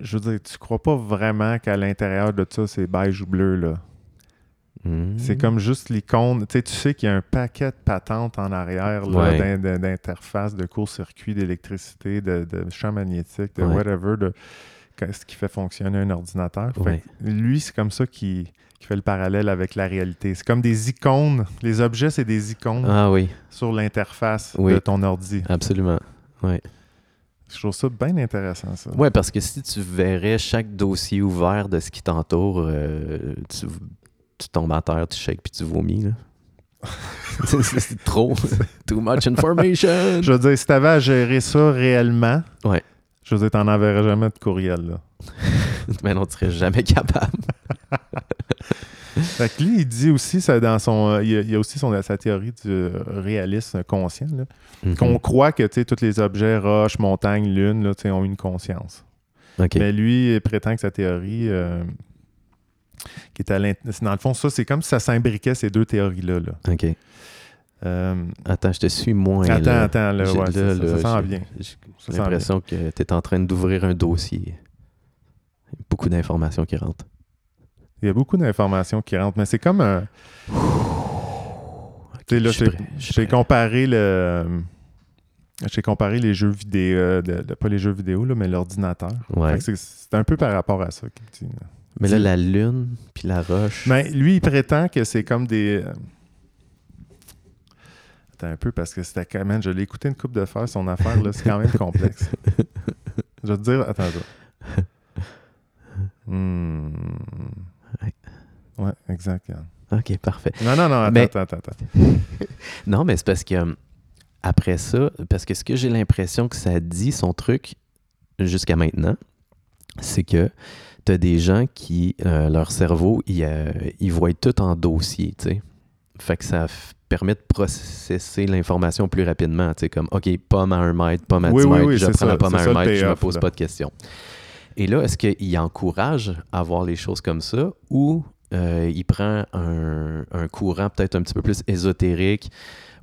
Speaker 2: Je veux dire, tu crois pas vraiment qu'à l'intérieur de ça, c'est beige ou bleu, là.
Speaker 1: Mhm.
Speaker 2: C'est comme juste l'icône. Tu sais, tu sais qu'il y a un paquet de patentes en arrière là,
Speaker 1: Ouais.
Speaker 2: d'in- d'in- d'interfaces, de court-circuit, d'électricité, de, de champ magnétique, de
Speaker 1: Ouais.
Speaker 2: whatever, de que- ce qui fait fonctionner un ordinateur. Fait que
Speaker 1: Ouais.
Speaker 2: lui, c'est comme ça qu'il qu'il fait le parallèle avec la réalité. C'est comme des icônes. Les objets, c'est des icônes
Speaker 1: Ah oui.
Speaker 2: sur l'interface
Speaker 1: Oui.
Speaker 2: de ton ordi.
Speaker 1: Absolument. Ouais.
Speaker 2: Je trouve ça bien intéressant, ça.
Speaker 1: Ouais, parce que si tu verrais chaque dossier ouvert de ce qui t'entoure, euh, tu, tu tombes à terre, tu shakes puis tu vomis. là. c'est, c'est- c'est trop. Too much information.
Speaker 2: Je veux dire, si t'avais à gérer ça réellement,
Speaker 1: Ouais.
Speaker 2: je veux dire, t'en enverrais jamais de courriel, là.
Speaker 1: Mais non, tu serais jamais capable.
Speaker 2: Fait que lui, il dit aussi, ça, dans son, euh, il, y a, il y a aussi son, sa théorie du euh, réalisme conscient, là, qu'on croit que tu sais, tous les objets, roches, montagnes, lune, là, tu sais, ont une conscience.
Speaker 1: Mhm. OK.
Speaker 2: Mais lui, il prétend que sa théorie, euh, qui est à l'int- c'est- dans le fond, ça, c'est comme si ça s'imbriquait ces deux théories-là. là.
Speaker 1: OK.
Speaker 2: Euh,
Speaker 1: Attends, je te suis moins.
Speaker 2: attends,
Speaker 1: là.
Speaker 2: attends, là,
Speaker 1: J'ai-
Speaker 2: ouais,
Speaker 1: là,
Speaker 2: ça, ça-
Speaker 1: là,
Speaker 2: ça sent
Speaker 1: j'ai-
Speaker 2: bien.
Speaker 1: j'ai-
Speaker 2: Ça
Speaker 1: J'ai
Speaker 2: sent
Speaker 1: l'impression que tu es en train d'ouvrir un dossier. Beaucoup d'informations qui rentrent.
Speaker 2: bien. Il y a beaucoup d'informations qui rentrent, mais c'est comme un. Tu sais, là,
Speaker 1: je suis
Speaker 2: j'ai-
Speaker 1: prêt, je suis
Speaker 2: J'ai
Speaker 1: prêt.
Speaker 2: comparé le. J'ai comparé les jeux vidéo, euh, de- de- pas les jeux vidéo, là, mais l'ordinateur. Fait
Speaker 1: Ouais.
Speaker 2: que c'est- C'est un peu par rapport à ça qu'il dit, là.
Speaker 1: Mais là, la lune, puis la roche.
Speaker 2: Mais lui, il prétend que c'est comme des. euh, Attends un peu, parce que c'était quand même. Je l'ai écouté une coupe de faire, son affaire, là, c'est quand même complexe. Je vais te dire. Attends, attends. Hmm. Ouais, exact. Yann.
Speaker 1: OK, parfait.
Speaker 2: Non, non, non, attends,
Speaker 1: Mais-
Speaker 2: attends, attends, attends.
Speaker 1: Non, mais c'est parce que euh, après ça, parce que ce que j'ai l'impression que ça dit, son truc, jusqu'à maintenant, c'est que tu as des gens qui, euh, leur cerveau, ils, euh, ils voient tout en dossier, tu sais. Fait que ça f- permet de processer l'information plus rapidement, tu sais, comme, OK, pomme à un mètre, pomme à
Speaker 2: Oui,
Speaker 1: 10
Speaker 2: oui,
Speaker 1: mètres,
Speaker 2: oui,
Speaker 1: je
Speaker 2: c'est
Speaker 1: prends
Speaker 2: ça,
Speaker 1: la pomme
Speaker 2: c'est
Speaker 1: à
Speaker 2: ça
Speaker 1: un
Speaker 2: le
Speaker 1: mètre, je me
Speaker 2: payoff,
Speaker 1: pose
Speaker 2: là.
Speaker 1: pas de questions. Et là, est-ce qu'il encourage à voir les choses comme ça ou euh, il prend un, un courant peut-être un petit peu plus ésotérique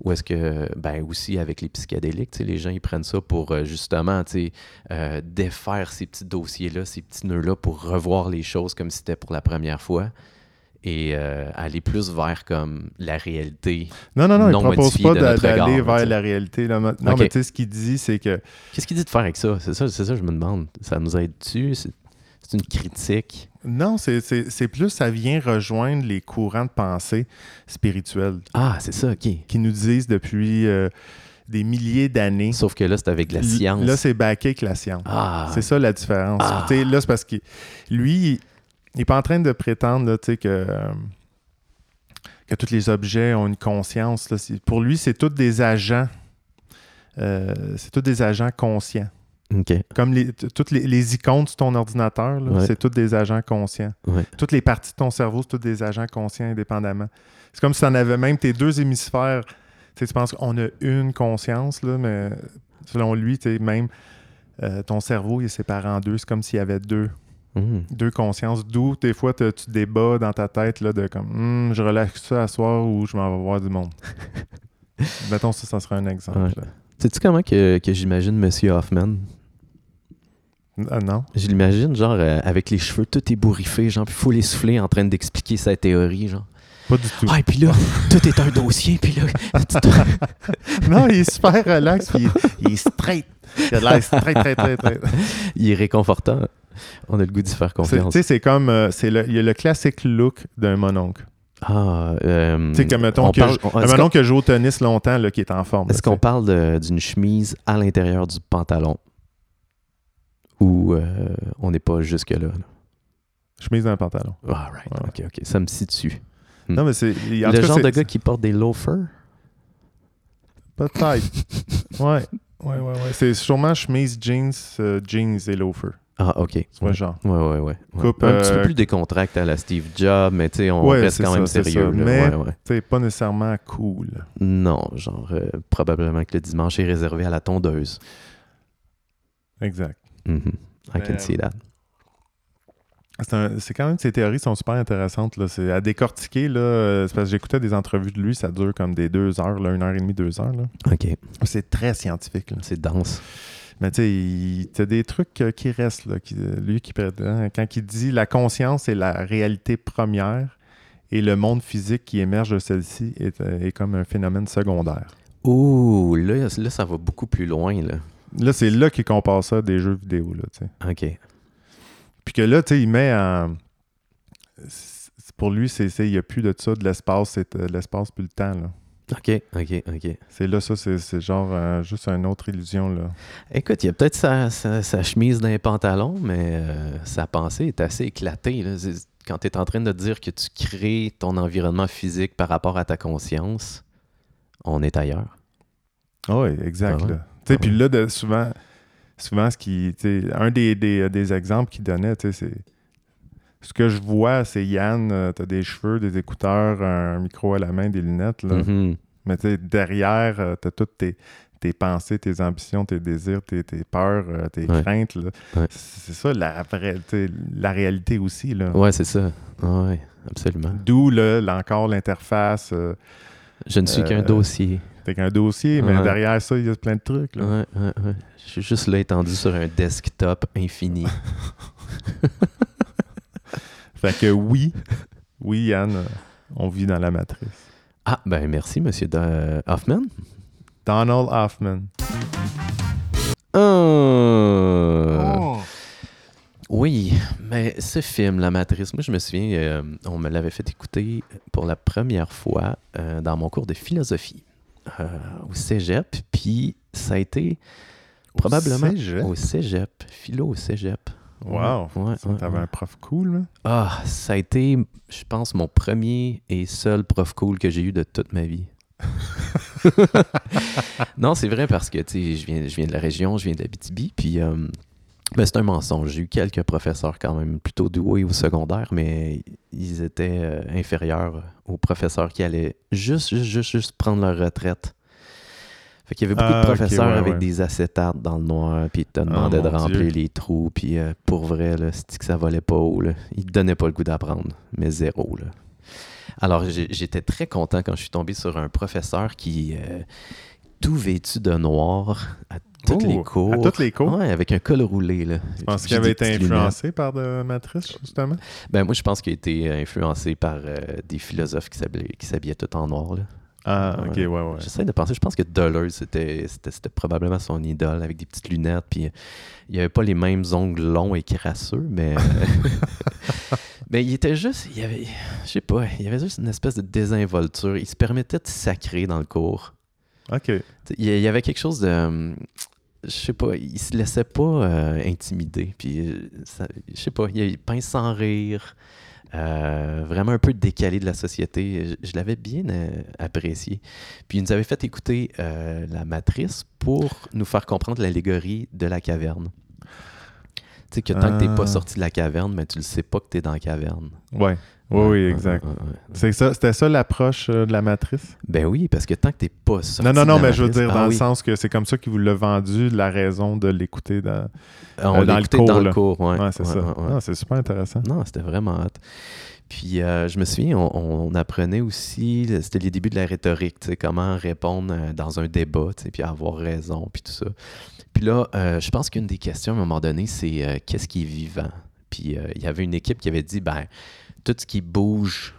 Speaker 1: ou est-ce que, ben aussi avec les psychédéliques, tu sais, les gens ils prennent ça pour euh, justement tu sais, euh, défaire ces petits dossiers-là, ces petits nœuds-là pour revoir les choses comme si c'était pour la première fois et euh, aller plus vers comme la réalité.
Speaker 2: Non, non, non,
Speaker 1: Non
Speaker 2: il propose
Speaker 1: modifié
Speaker 2: pas
Speaker 1: de
Speaker 2: d'a-
Speaker 1: notre regard,
Speaker 2: d'aller
Speaker 1: là,
Speaker 2: vers
Speaker 1: tu sais.
Speaker 2: la réalité. là. Non, mais
Speaker 1: Ok.
Speaker 2: tu sais, ce qu'il dit, c'est que.
Speaker 1: Qu'est-ce qu'il dit de faire avec ça? C'est ça, c'est ça que je me demande. Ça nous aide-tu? C'est c'est une critique?
Speaker 2: Non, c'est- c'est c'est plus ça vient rejoindre les courants de pensée spirituels
Speaker 1: Ah, c'est ça, OK.
Speaker 2: qui nous disent depuis euh, des milliers d'années.
Speaker 1: Sauf que là, c'est avec la science.
Speaker 2: Là, c'est backé avec la science.
Speaker 1: Ah,
Speaker 2: C'est ça la différence.
Speaker 1: Ah.
Speaker 2: Tu sais, Là, c'est parce que lui, il n'est pas en train de prétendre là, tu sais, que, euh, que tous les objets ont une conscience. là. C'est- Pour lui, c'est tous des agents. euh, c'est tous des agents conscients.
Speaker 1: OK.
Speaker 2: Comme les- t- toutes les, les icônes de ton ordinateur, là,
Speaker 1: Ouais.
Speaker 2: c'est tous des agents conscients.
Speaker 1: Ouais.
Speaker 2: Toutes les parties de ton cerveau, c'est tous des agents conscients indépendamment. C'est comme si tu en avais même tes deux hémisphères. Tu sais, tu penses qu'on a une conscience, là, mais selon lui, tu sais, même euh, ton cerveau, il est séparé en deux. C'est comme s'il y avait deux,
Speaker 1: Hmm.
Speaker 2: deux consciences. D'où, des fois, te- tu débats dans ta tête là, de comme Hum, je relaxe ça à soir ou je m'en vais voir du monde. Mettons, ça, ça serait un exemple.
Speaker 1: Ouais.
Speaker 2: là.
Speaker 1: Sais-tu comment que, que j'imagine Monsieur Hoffman?
Speaker 2: Ah, non?
Speaker 1: Je l'imagine, genre, euh, avec les cheveux tout ébouriffés, genre, puis faut les souffler en train d'expliquer sa théorie, genre.
Speaker 2: Pas du tout.
Speaker 1: Ah, et puis là, tout est un dossier, puis là...
Speaker 2: Non, il est super relax, puis il, il est straight. Il a l'air straight, très, très, très.
Speaker 1: Il est réconfortant. On a le goût d'y faire
Speaker 2: Tu
Speaker 1: confiance.
Speaker 2: sais, c'est comme. euh, c'est le, il y a le classique look d'un mononcle.
Speaker 1: Ah, euh,
Speaker 2: Tu sais, comme mettons
Speaker 1: on
Speaker 2: que
Speaker 1: parle-
Speaker 2: je-
Speaker 1: on-
Speaker 2: un
Speaker 1: est-ce qu'on-
Speaker 2: mononcle que joue au tennis longtemps, là, qui est en forme.
Speaker 1: Est-ce
Speaker 2: là,
Speaker 1: qu'on parle de- d'une chemise à l'intérieur du pantalon? Ou euh, on n'est pas jusque-là? là?
Speaker 2: tu sais. Chemise dans le pantalon.
Speaker 1: Ah, right.
Speaker 2: Ouais.
Speaker 1: OK, OK. Ça me situe. Hmm.
Speaker 2: Non, mais c'est. en tout
Speaker 1: le
Speaker 2: cas,
Speaker 1: genre
Speaker 2: c'est-
Speaker 1: de gars qui porte des loafers?
Speaker 2: Peut-être. ouais. Ouais, ouais, ouais. C'est sûrement chemise, jeans, euh, jeans et loafer.
Speaker 1: Ah, OK.
Speaker 2: C'est
Speaker 1: Ouais.
Speaker 2: le genre.
Speaker 1: Ouais, ouais, ouais. ouais.
Speaker 2: Coupe,
Speaker 1: un petit peu
Speaker 2: euh,
Speaker 1: plus décontracté à la Steve Jobs, mais tu sais, on
Speaker 2: Ouais,
Speaker 1: reste
Speaker 2: c'est
Speaker 1: quand même
Speaker 2: ça, c'est
Speaker 1: sérieux.
Speaker 2: ça.
Speaker 1: là.
Speaker 2: Mais-
Speaker 1: Ouais, ouais.
Speaker 2: Tu sais, pas nécessairement cool.
Speaker 1: Non, genre, euh, probablement que le dimanche est réservé à la tondeuse.
Speaker 2: Exact.
Speaker 1: Mhm. I
Speaker 2: Mais,
Speaker 1: can see that.
Speaker 2: C'est un- c'est quand même ces théories sont super intéressantes. Là. C'est à décortiquer, là, euh, c'est parce que j'écoutais des entrevues de lui, ça dure comme des deux heures, là, une heure et demie, deux heures. là.
Speaker 1: OK,
Speaker 2: C'est très scientifique. là.
Speaker 1: c'est dense.
Speaker 2: Mais tu sais, il- t'as des trucs euh, qui restent. Là, qui- euh, lui, qui, prétend- quand il dit la conscience est la réalité première et le monde physique qui émerge de celle-ci est, euh, est comme un phénomène secondaire.
Speaker 1: Ouh, là, là, ça va beaucoup plus loin, là.
Speaker 2: Là, c'est là qu'il compare ça à des jeux vidéo. Là, tu sais.
Speaker 1: OK.
Speaker 2: Puis que là, tu sais, il met en. c'est- Pour lui, c'est, c'est- il n'y a plus de ça, de l'espace, c'est euh, de l'espace plus le temps. Là.
Speaker 1: OK, OK, OK.
Speaker 2: C'est là, ça, c'est, c'est genre euh, juste une autre illusion. Là.
Speaker 1: Écoute, il y a peut-être sa, sa- sa chemise dans les pantalons, mais euh, sa pensée est assez éclatée. Là. C'est- Quand tu es en train de dire que tu crées ton environnement physique par rapport à ta conscience, on est ailleurs.
Speaker 2: Oui, exact.
Speaker 1: Ah ouais?
Speaker 2: là. Tu sais,
Speaker 1: Ah
Speaker 2: Puis
Speaker 1: ouais.
Speaker 2: là, de- souvent, souvent ce qui, tu sais, un des, des, euh, des exemples qu'il donnait, tu sais, c'est ce que je vois, c'est Yann, euh, t'as des cheveux, des écouteurs, un micro à la main, des lunettes. Là.
Speaker 1: Mhm.
Speaker 2: Mais tu sais, derrière, euh, t'as toutes tes, tes pensées, tes ambitions, tes désirs, tes, tes peurs, euh, tes
Speaker 1: Ouais.
Speaker 2: craintes. là.
Speaker 1: Ouais.
Speaker 2: C'est ça la, vraie- tu sais, la réalité aussi. Là.
Speaker 1: Ouais, c'est ça. Ouais, absolument.
Speaker 2: D'où là, là, encore l'interface. euh,
Speaker 1: Je ne suis qu'un
Speaker 2: Euh,
Speaker 1: dossier.
Speaker 2: T'es qu'un dossier, mais
Speaker 1: Ouais.
Speaker 2: derrière ça, il y a plein de trucs. là.
Speaker 1: Ouais, ouais, ouais. Je suis juste là étendu sur un desktop infini.
Speaker 2: Fait que oui, oui, Yann, euh, on vit dans la matrice.
Speaker 1: Ah, ben merci, monsieur Da- Hoffman.
Speaker 2: Donald Hoffman.
Speaker 1: Euh, Oui, mais ce film, La Matrice, moi je me souviens, euh, on me l'avait fait écouter pour la première fois euh, dans mon cours de philosophie euh, au cégep, puis ça a été probablement
Speaker 2: cégep?
Speaker 1: au cégep, philo au cégep.
Speaker 2: Wow.
Speaker 1: Ouais, ouais,
Speaker 2: T'avais
Speaker 1: ouais.
Speaker 2: un prof cool, là?
Speaker 1: Ah, ça a été, je pense, mon premier et seul prof cool que j'ai eu de toute ma vie. non, c'est vrai parce que tu sais, je viens, je viens de la région, je viens d'Abitibi, puis euh, ben, c'est un mensonge. J'ai eu quelques professeurs quand même plutôt doués au secondaire, mais ils étaient euh, inférieurs aux professeurs qui allaient juste, juste, juste, juste prendre leur retraite. Fait qu'il y avait beaucoup
Speaker 2: Ah,
Speaker 1: de
Speaker 2: ok,
Speaker 1: professeurs
Speaker 2: ouais,
Speaker 1: avec
Speaker 2: ouais.
Speaker 1: des acétates dans le noir, puis ils te demandaient de
Speaker 2: Ah, mon
Speaker 1: remplir
Speaker 2: Dieu.
Speaker 1: les trous, puis euh, pour vrai, là, c'est que ça volait pas haut. Là. Ils te donnaient pas le goût d'apprendre, mais zéro. Là. Alors, j'ai- j'étais très content quand je suis tombé sur un professeur qui, euh, tout vêtu de noir, à toutes
Speaker 2: Oh,
Speaker 1: les cours.
Speaker 2: À toutes les cours.
Speaker 1: Ouais, avec un col roulé. Là.
Speaker 2: Je pense
Speaker 1: J'ai
Speaker 2: qu'il
Speaker 1: des
Speaker 2: avait été
Speaker 1: petites lunettes.
Speaker 2: influencé par de Matrice, justement.
Speaker 1: Ben, moi, je pense qu'il a été euh, influencé par euh, des philosophes qui s'habillaient, qui s'habillaient tout en noir. là.
Speaker 2: Ah,
Speaker 1: Ouais.
Speaker 2: ok, ouais, ouais.
Speaker 1: J'essaie de penser. Je pense que Deleuze, c'était c'était- c'était probablement son idole avec des petites lunettes. Puis euh, il n'y avait pas les mêmes ongles longs et crasseux, mais. euh, mais il était juste. Il y avait. Je sais pas. Il y avait juste une espèce de désinvolture. Il se permettait de sacrer dans le cours.
Speaker 2: OK.
Speaker 1: Il y, avait quelque chose de. euh, Je sais pas, il se laissait pas euh, intimider. Puis, euh, ça- je sais pas, il y a eu pince sans rire, euh, vraiment un peu décalé de la société. Je, je l'avais bien euh, apprécié. Puis, il nous avait fait écouter euh, La Matrice pour nous faire comprendre l'allégorie de la caverne. Tu sais que tant que t'es
Speaker 2: Ah.
Speaker 1: pas sorti de la caverne, mais tu le sais pas que t'es dans la caverne.
Speaker 2: Ouais. Oui,
Speaker 1: Ouais,
Speaker 2: oui,
Speaker 1: ouais,
Speaker 2: exact.
Speaker 1: ouais, ouais.
Speaker 2: C'est ça, c'était ça l'approche euh, de la matrice?
Speaker 1: Ben oui, parce que tant que t'es pas sorti.
Speaker 2: non, non, non,
Speaker 1: de la
Speaker 2: mais je veux
Speaker 1: matrice-
Speaker 2: dire,
Speaker 1: Ah
Speaker 2: dans le
Speaker 1: oui.
Speaker 2: sens que c'est comme ça qu'il vous l'a vendu, la raison de l'écouter. Dans...
Speaker 1: Ah, on
Speaker 2: Euh, dans le
Speaker 1: l'écoutait
Speaker 2: cours,
Speaker 1: dans le
Speaker 2: là.
Speaker 1: cours. ouais.
Speaker 2: Ouais, c'est
Speaker 1: Ouais,
Speaker 2: ça.
Speaker 1: ouais, ouais.
Speaker 2: Ah, c'est super intéressant.
Speaker 1: Non, c'était vraiment hot. Puis euh, je me souviens, on, on apprenait aussi, le- c'était les débuts de la rhétorique, tu sais, comment répondre euh, dans un débat, tu sais, puis avoir raison, puis tout ça. Puis là, euh, je pense qu'une des questions à un moment donné, c'est euh, qu'est-ce qui est vivant? Puis euh, il y avait une équipe qui avait dit, ben, tout ce qui bouge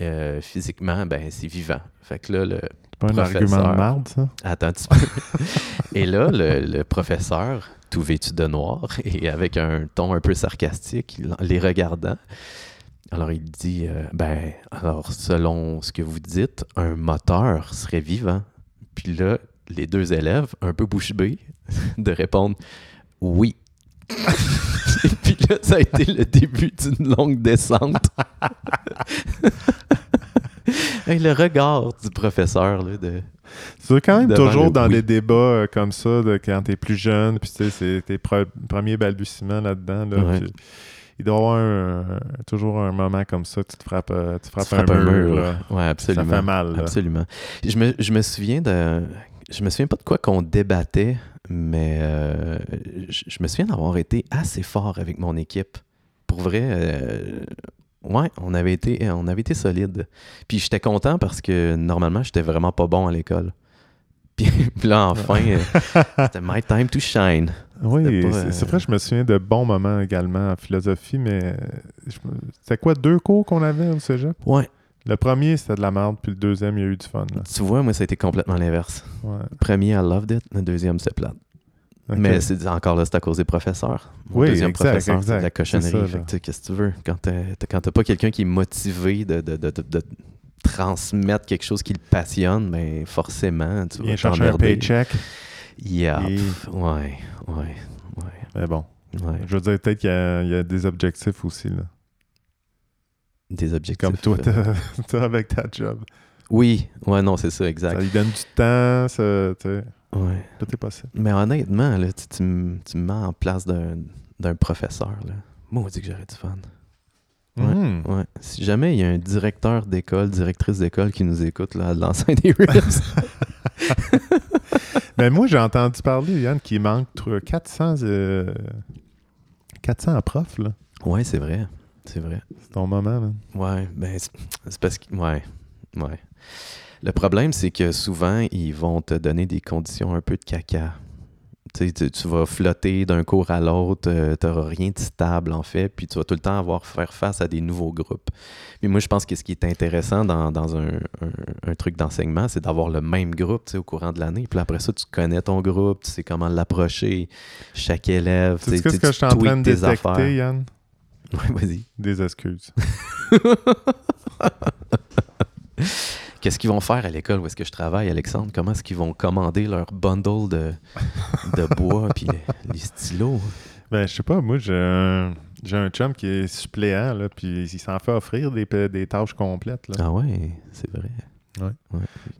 Speaker 1: euh, physiquement, ben, c'est vivant. Fait que là, le,
Speaker 2: C'est pas un
Speaker 1: Professeur.
Speaker 2: argument de marde, ça?
Speaker 1: Attends un petit peu. et là, le, le professeur, tout vêtu de noir et avec un ton un peu sarcastique, il- les regardant, alors il dit euh, Ben, alors selon ce que vous dites, un moteur serait vivant. Puis là, les deux élèves, un peu bouche bée, de répondre Oui. et puis là, ça a été le début d'une longue descente. Et le regard du professeur, là, de.
Speaker 2: C'est quand même
Speaker 1: Devant
Speaker 2: toujours
Speaker 1: le
Speaker 2: dans
Speaker 1: oui.
Speaker 2: des débats euh, comme ça, de, quand t'es plus jeune, puis tu sais, c'est tes pre- premiers balbutiements là-dedans. là,
Speaker 1: Ouais.
Speaker 2: puis il doit y avoir un- un- toujours un moment comme ça, que tu te frappes, euh, tu frappes,
Speaker 1: Tu frappes
Speaker 2: un, mur. là.
Speaker 1: Ouais, absolument.
Speaker 2: Ça fait mal. là.
Speaker 1: Absolument. Je me, je me souviens de. Je me souviens pas de quoi qu'on débattait, mais euh, je, je me souviens d'avoir été assez fort avec mon équipe. Pour vrai, euh, ouais, on avait été, on avait été solide. Puis j'étais content parce que normalement, j'étais vraiment pas bon à l'école. Puis, puis là, enfin, euh, c'était my time to shine.
Speaker 2: Oui,
Speaker 1: C'était pas,
Speaker 2: c'est- c'est
Speaker 1: euh,
Speaker 2: vrai, je me souviens de bons moments également en philosophie, mais euh, je me- c'était quoi, deux cours qu'on avait au cégep?
Speaker 1: Ouais,
Speaker 2: Le premier, c'était de la merde, puis le deuxième, il y a eu du fun. là.
Speaker 1: tu vois, moi, ça a été complètement l'inverse.
Speaker 2: Ouais.
Speaker 1: Premier, I loved it. Le deuxième, c'est plate.
Speaker 2: Ok.
Speaker 1: Mais c'est encore là, c'est à cause des professeurs. Mon
Speaker 2: Oui,
Speaker 1: deuxième
Speaker 2: exact,
Speaker 1: professeur, c'est de la
Speaker 2: exact.
Speaker 1: cochonnerie.
Speaker 2: C'est ça,
Speaker 1: Fait que,
Speaker 2: là.
Speaker 1: tu sais, Qu'est-ce que tu veux? Quand t'as- t'as- quand t'as pas quelqu'un qui est motivé de, de- de- de- de transmettre quelque chose qui le passionne, ben forcément, tu vas
Speaker 2: Viens chercher un
Speaker 1: t'emmerder.
Speaker 2: paycheck.
Speaker 1: Yeah.
Speaker 2: Et-
Speaker 1: pff, Ouais, ouais, ouais,
Speaker 2: Mais bon,
Speaker 1: ouais.
Speaker 2: je veux dire, peut-être qu'il y, a- il y a des objectifs aussi, là.
Speaker 1: Des objectifs.
Speaker 2: comme toi,
Speaker 1: euh,
Speaker 2: t'as t'as avec ta job.
Speaker 1: Oui, ouais, non, c'est ça,
Speaker 2: Ça
Speaker 1: exact.
Speaker 2: lui donne du temps, ça, tu sais,
Speaker 1: Ouais.
Speaker 2: tout est possible.
Speaker 1: Mais honnêtement, là, tu, tu me tu me mets en place d'un d'un professeur. Là. Moi, on dit que j'aurais du fun. Ouais,
Speaker 2: Mhm.
Speaker 1: Ouais. Si jamais il y a un directeur d'école, directrice d'école qui nous écoute là, de l'enceinte des Ribs.
Speaker 2: Mais Ben, moi, j'ai entendu parler, Yann, qu'il manque tr- 400, euh, 400 profs, là.
Speaker 1: ouais, c'est vrai. C'est vrai.
Speaker 2: C'est ton moment, là.
Speaker 1: Ouais, ben c'est c'est parce que ouais. Ouais. Le problème c'est que souvent ils vont te donner des conditions un peu de caca. Tu, sais, tu, tu vas flotter d'un cours à l'autre, tu n'auras rien de stable en fait, puis tu vas tout le temps avoir faire face à des nouveaux groupes. Mais moi, je pense que ce qui est intéressant dans, dans un, un- un truc d'enseignement, c'est d'avoir le même groupe tu sais, au courant de l'année. Puis après ça, tu connais ton groupe, tu sais comment l'approcher, chaque élève,
Speaker 2: Tu sais
Speaker 1: tu
Speaker 2: ce que je suis en
Speaker 1: tweaks
Speaker 2: train de
Speaker 1: tes
Speaker 2: détecter,
Speaker 1: affaires.
Speaker 2: Yann?
Speaker 1: Ouais, vas-y.
Speaker 2: Des excuses.
Speaker 1: Qu'est-ce qu'ils vont faire à l'école où est-ce que je travaille, Alexandre? Comment est-ce qu'ils vont commander leur bundle de, de bois puis les, les stylos?
Speaker 2: Ben, je sais pas, moi, j'ai un, j'ai un chum qui est suppléant, là, puis il s'en fait offrir des, pe- des tâches complètes, là.
Speaker 1: Ah ouais, c'est vrai.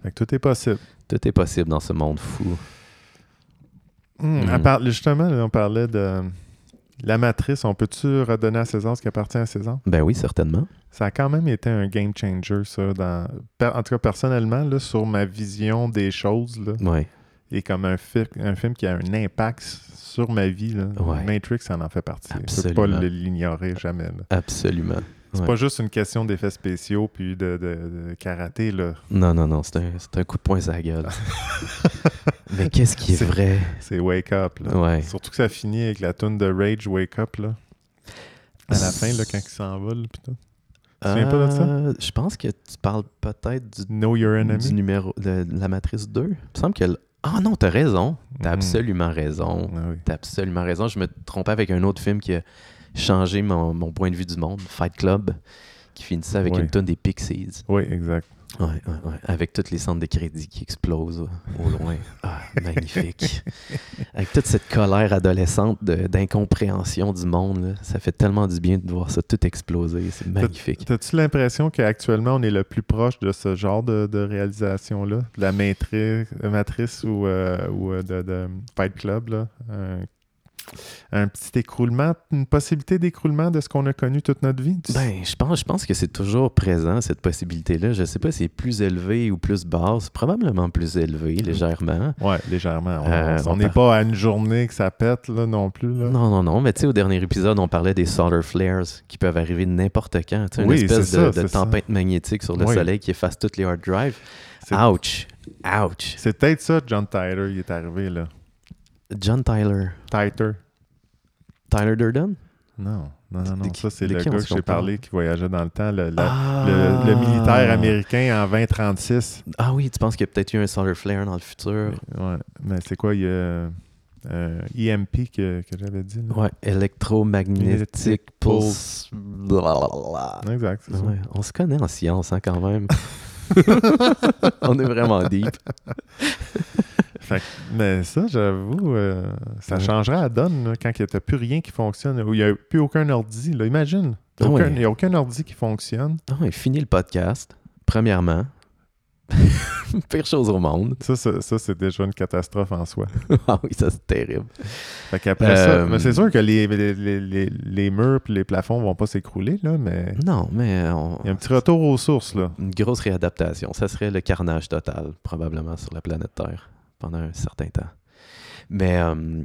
Speaker 2: Fait que tout est possible.
Speaker 1: Tout est possible dans ce monde fou.
Speaker 2: Hmm, à
Speaker 1: Mhm.
Speaker 2: part- justement, là, on parlait de la matrice. On peut-tu redonner à César ce qui appartient à César?
Speaker 1: Ben oui, certainement.
Speaker 2: Ça a quand même été un game changer, ça. Dans, per- en tout cas, personnellement, là, sur ma vision des choses, là,
Speaker 1: Ouais.
Speaker 2: et comme un, fi- un film qui a un impact sur ma vie, là,
Speaker 1: Ouais.
Speaker 2: Matrix en en fait partie. Je peux pas
Speaker 1: Absolument.
Speaker 2: l- l'ignorer jamais. là.
Speaker 1: Absolument.
Speaker 2: C'est
Speaker 1: Ouais.
Speaker 2: pas juste une question d'effets spéciaux puis de, de- de karaté. Là.
Speaker 1: Non, non, non, c'est un, c'est un coup de poing sur la gueule. Mais qu'est-ce qui est
Speaker 2: C'est-
Speaker 1: vrai?
Speaker 2: C'est Wake Up. Là.
Speaker 1: Ouais.
Speaker 2: Surtout que ça finit avec la tune de Rage Wake Up. Là. À la fin, là, quand il s'envole. pis tout. te souviens pas de ça?
Speaker 1: Euh, Je pense que tu parles peut-être du
Speaker 2: Know Your Enemy.
Speaker 1: du numéro de, de la matrice 2. Il me semble que. le- Ah non, t'as raison. T'as
Speaker 2: Mhm.
Speaker 1: absolument raison.
Speaker 2: Ah oui.
Speaker 1: T'as absolument raison. Je me trompais avec un autre film qui a changé mon, mon point de vue du monde, Fight Club, qui finissait avec
Speaker 2: Ouais.
Speaker 1: une tonne des Pixies.
Speaker 2: Oui, exact.
Speaker 1: Ouais, ouais, ouais. Avec tous les centres de crédit qui explosent au loin. Ah, magnifique. Avec toute cette colère adolescente de- d'incompréhension du monde, là, ça fait tellement du bien de voir ça tout exploser. C'est magnifique.
Speaker 2: T'as-tu l'impression qu'actuellement, on est le plus proche de ce genre de, de réalisation-là? De la maîtrise, matrice ou, euh, ou euh, de, de Fight Club, là? Un, un petit écroulement, une possibilité d'écroulement de ce qu'on a connu toute notre vie? Tu-
Speaker 1: Ben, je pense, je pense que c'est toujours présent, cette possibilité-là. Je sais pas si c'est plus élevé ou plus basse. Probablement plus élevé, légèrement.
Speaker 2: Ouais, légèrement. On-
Speaker 1: Euh,
Speaker 2: on
Speaker 1: on
Speaker 2: n'est
Speaker 1: par-
Speaker 2: pas à une journée que ça pète, là, non plus, là.
Speaker 1: Non, non, non. Mais tu sais, au dernier épisode, on parlait des solar flares qui peuvent arriver n'importe quand. Tu sais, une
Speaker 2: Oui,
Speaker 1: espèce
Speaker 2: c'est
Speaker 1: de,
Speaker 2: ça,
Speaker 1: de
Speaker 2: c'est ça.
Speaker 1: tempête magnétique sur le
Speaker 2: Oui.
Speaker 1: soleil qui efface toutes les hard drives.
Speaker 2: C'est-
Speaker 1: Ouch! Ouch!
Speaker 2: C'est peut-être ça, John Tyler, il est arrivé, là.
Speaker 1: John Tyler.
Speaker 2: Tighter.
Speaker 1: Tyler Durden?
Speaker 2: Non, non, non,
Speaker 1: De
Speaker 2: non.
Speaker 1: qui-
Speaker 2: Ça, c'est
Speaker 1: de
Speaker 2: le
Speaker 1: qui on
Speaker 2: gars que
Speaker 1: se
Speaker 2: j'ai
Speaker 1: compare?
Speaker 2: parlé qui voyageait dans le temps, le, la-
Speaker 1: Ah!
Speaker 2: le- le militaire américain en 2036.
Speaker 1: Ah oui, tu penses qu'il y a peut-être eu un solar flare dans le futur?
Speaker 2: Ouais, mais c'est quoi, il y a euh, EMP que, que j'avais dit. là.
Speaker 1: Ouais, électromagnétique
Speaker 2: Magnétique
Speaker 1: pulse. Blablabla.
Speaker 2: Exact, c'est
Speaker 1: Ouais, on se connaît en science, hein, quand même. on est vraiment deep.
Speaker 2: ça. Fait que- mais ça, j'avoue, euh, ça
Speaker 1: Ouais.
Speaker 2: changerait la donne là, quand il n'y a plus rien qui fonctionne, où il n'y a plus aucun ordi. Là. Imagine, il
Speaker 1: Ah
Speaker 2: n'y
Speaker 1: ouais.
Speaker 2: a aucun ordi qui fonctionne.
Speaker 1: Non, il finit le podcast, premièrement. Pire chose au monde.
Speaker 2: Ça, ça, ça, c'est déjà une catastrophe en soi.
Speaker 1: ah oui, ça c'est terrible.
Speaker 2: Fait qu'après ça,
Speaker 1: Euh,
Speaker 2: mais c'est sûr que les, les, les, les- les murs et les plafonds vont pas s'écrouler, là, mais
Speaker 1: Non, mais euh, on-
Speaker 2: il y a un petit retour aux sources. Là.
Speaker 1: une grosse réadaptation. Ça serait le carnage total, probablement, sur la planète Terre pendant un certain temps. Mais, euh,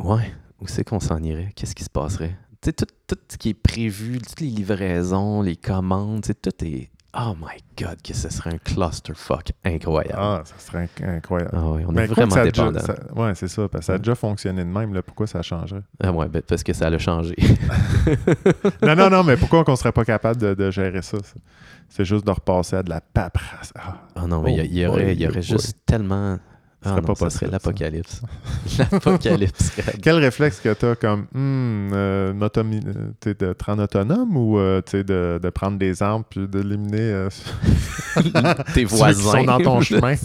Speaker 1: ouais, où c'est qu'on s'en irait? Qu'est-ce qui se passerait? Tu sais, tout, tout ce qui est prévu, toutes les livraisons, les commandes, tu sais, tout est. Oh my god, que ce serait un clusterfuck incroyable.
Speaker 2: Ah, ça serait inc- incroyable.
Speaker 1: Ah ouais, on est
Speaker 2: Mais quoi que
Speaker 1: vraiment
Speaker 2: Ben, ça a déjà-
Speaker 1: dépendant.
Speaker 2: ça- ouais, c'est ça. Parce que ça a déjà fonctionné de même. Là, pourquoi ça changerait?
Speaker 1: Ah ouais, ben, parce que ça l'a changé.
Speaker 2: Non, non, non, mais pourquoi on serait pas capable de, de gérer ça? ça? C'est juste de repasser à de la paperasse. Ah,
Speaker 1: Ah non, mais il y a- il y,
Speaker 2: Oh
Speaker 1: aurait,
Speaker 2: boy,
Speaker 1: il y aurait
Speaker 2: oh
Speaker 1: juste tellement.
Speaker 2: Ce
Speaker 1: Ah
Speaker 2: serait
Speaker 1: non,
Speaker 2: pas
Speaker 1: ça serait
Speaker 2: possible, ça.
Speaker 1: l'apocalypse. L'apocalypse. raide.
Speaker 2: Quel réflexe que tu as comme hmm, euh, m'automi- euh, t'sais, de te rendre autonome ou euh, t'sais, de, de prendre des armes puis d'éliminer euh,
Speaker 1: Tes
Speaker 2: ceux qui
Speaker 1: voisins.
Speaker 2: sont dans ton chemin?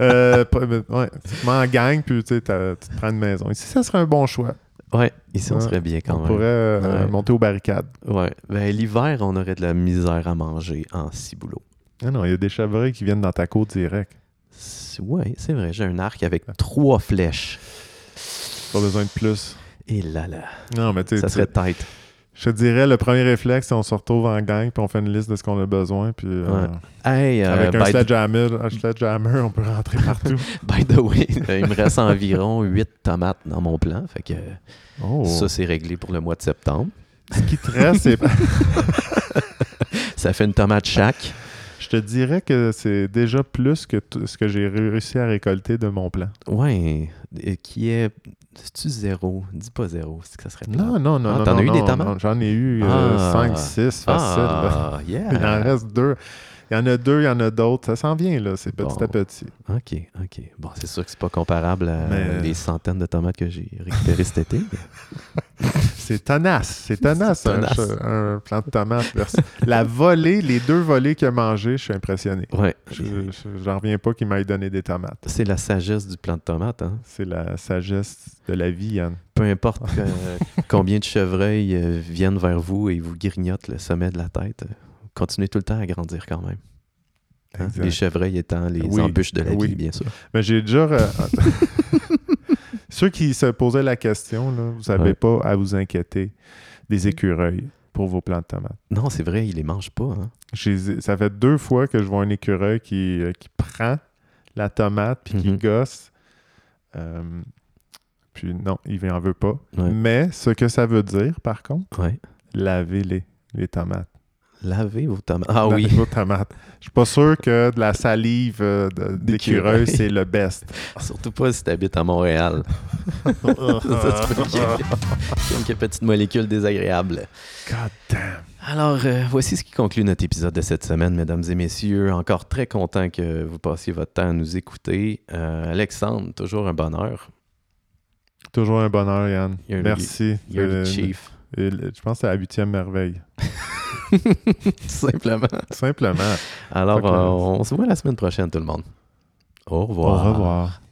Speaker 2: Euh, pas- mais, ouais, tu te mets en gang puis t'sais, t'as- tu te prends une maison. Ici, ça serait un bon choix.
Speaker 1: Ouais, ici on
Speaker 2: Ouais,
Speaker 1: serait bien quand
Speaker 2: on
Speaker 1: même.
Speaker 2: pourrait euh,
Speaker 1: Ouais.
Speaker 2: monter aux barricades.
Speaker 1: Ouais. Ben, l'hiver, on aurait de la misère à manger en ciboulot.
Speaker 2: Non, Ah non, il y a des chevreuils qui viennent dans ta cour direct.
Speaker 1: C'est- Ouais, c'est vrai, j'ai un arc avec trois flèches.
Speaker 2: Pas besoin de plus.
Speaker 1: Et là là,
Speaker 2: Non, mais t'sais,
Speaker 1: ça
Speaker 2: tu-
Speaker 1: serait tight.
Speaker 2: Je te dirais, le premier réflexe, c'est on se retrouve en gang, puis on fait une liste de ce qu'on a besoin, puis euh,
Speaker 1: Ouais. Hey, euh,
Speaker 2: avec un
Speaker 1: by,
Speaker 2: sledgehammer, un sledgehammer, on peut rentrer partout.
Speaker 1: by the way, euh, il me reste environ huit tomates dans mon plan. Fait que
Speaker 2: Oh,
Speaker 1: ça, c'est réglé pour le mois de septembre.
Speaker 2: ce qui te reste, c'est...
Speaker 1: Ça fait une tomate chaque.
Speaker 2: Je te dirais que c'est déjà plus que tout ce que j'ai réussi à récolter de mon plan.
Speaker 1: Ouais, et qui est. C'est-tu zéro? Dis pas zéro, c'est que ça serait plate.
Speaker 2: Non, non, non,
Speaker 1: Ah,
Speaker 2: non.
Speaker 1: t'en
Speaker 2: non,
Speaker 1: as eu
Speaker 2: non,
Speaker 1: des
Speaker 2: non,
Speaker 1: tomates?
Speaker 2: J'en ai eu
Speaker 1: Ah.
Speaker 2: 5, 6, facile. là.
Speaker 1: Ah,
Speaker 2: Il en
Speaker 1: yeah!
Speaker 2: reste deux. Il y en a deux, il y en a d'autres. Ça s'en vient, là. C'est petit
Speaker 1: Bon.
Speaker 2: à petit.
Speaker 1: OK, OK. Bon, c'est sûr que c'est pas comparable à
Speaker 2: Mais- euh,
Speaker 1: les centaines de tomates que j'ai récupérées cet été. mais-
Speaker 2: C'est tenace, c'est tenace, un-
Speaker 1: tenace.
Speaker 2: Un, plan de tomate. versus- La volée, les deux volées qu'il a mangées, je suis impressionné.
Speaker 1: Ouais.
Speaker 2: Je- je- J'en reviens pas qu'il m'aille donné des tomates.
Speaker 1: C'est la sagesse du plant de tomate. Hein?
Speaker 2: C'est la sagesse de la vie, Yann.
Speaker 1: Peu importe euh, combien de chevreuils euh, viennent vers vous et vous grignotent le sommet de la tête, euh, continuez tout le temps à grandir quand même. hein.
Speaker 2: Exact.
Speaker 1: Les chevreuils étant les
Speaker 2: Oui,
Speaker 1: embûches de la
Speaker 2: oui.
Speaker 1: vie, bien sûr.
Speaker 2: Mais j'ai déjà. re- Ceux qui se posaient la question, là, vous n'avez
Speaker 1: Ouais.
Speaker 2: pas à vous inquiéter des écureuils pour vos plants de tomates.
Speaker 1: Non, c'est vrai, ils les mangent pas. Hein?
Speaker 2: J'ai- Ça fait deux fois que je vois un écureuil qui, euh, qui prend la tomate puis qui
Speaker 1: Mhm.
Speaker 2: gosse. Euh, puis non, il n'en veut pas.
Speaker 1: Ouais.
Speaker 2: Mais ce que ça veut dire, par contre,
Speaker 1: Ouais.
Speaker 2: lavez-les, les tomates.
Speaker 1: Lavez vos tomates. Ah
Speaker 2: Lavez
Speaker 1: oui,
Speaker 2: vos tomates. Je suis pas sûr que de la salive euh, de- d'écureuil,
Speaker 1: D'écureuil.
Speaker 2: c'est le best.
Speaker 1: surtout pas si t'habites à Montréal. Ça, c'est pas bien. Quelques petites molécules désagréables.
Speaker 2: God damn.
Speaker 1: Alors, euh, voici ce qui conclut notre épisode de cette semaine, mesdames et messieurs. Encore très content que vous passiez votre temps à nous écouter. Euh, Alexandre, toujours un bonheur.
Speaker 2: Toujours un bonheur, Yann.
Speaker 1: You're-
Speaker 2: Merci.
Speaker 1: You're
Speaker 2: Euh,
Speaker 1: the chief.
Speaker 2: euh, Je pense que c'est la huitième merveille.
Speaker 1: Simplement.
Speaker 2: Simplement.
Speaker 1: Alors,
Speaker 2: Fait que-
Speaker 1: euh, on se voit la semaine prochaine, tout le monde. Au revoir.
Speaker 2: Au revoir.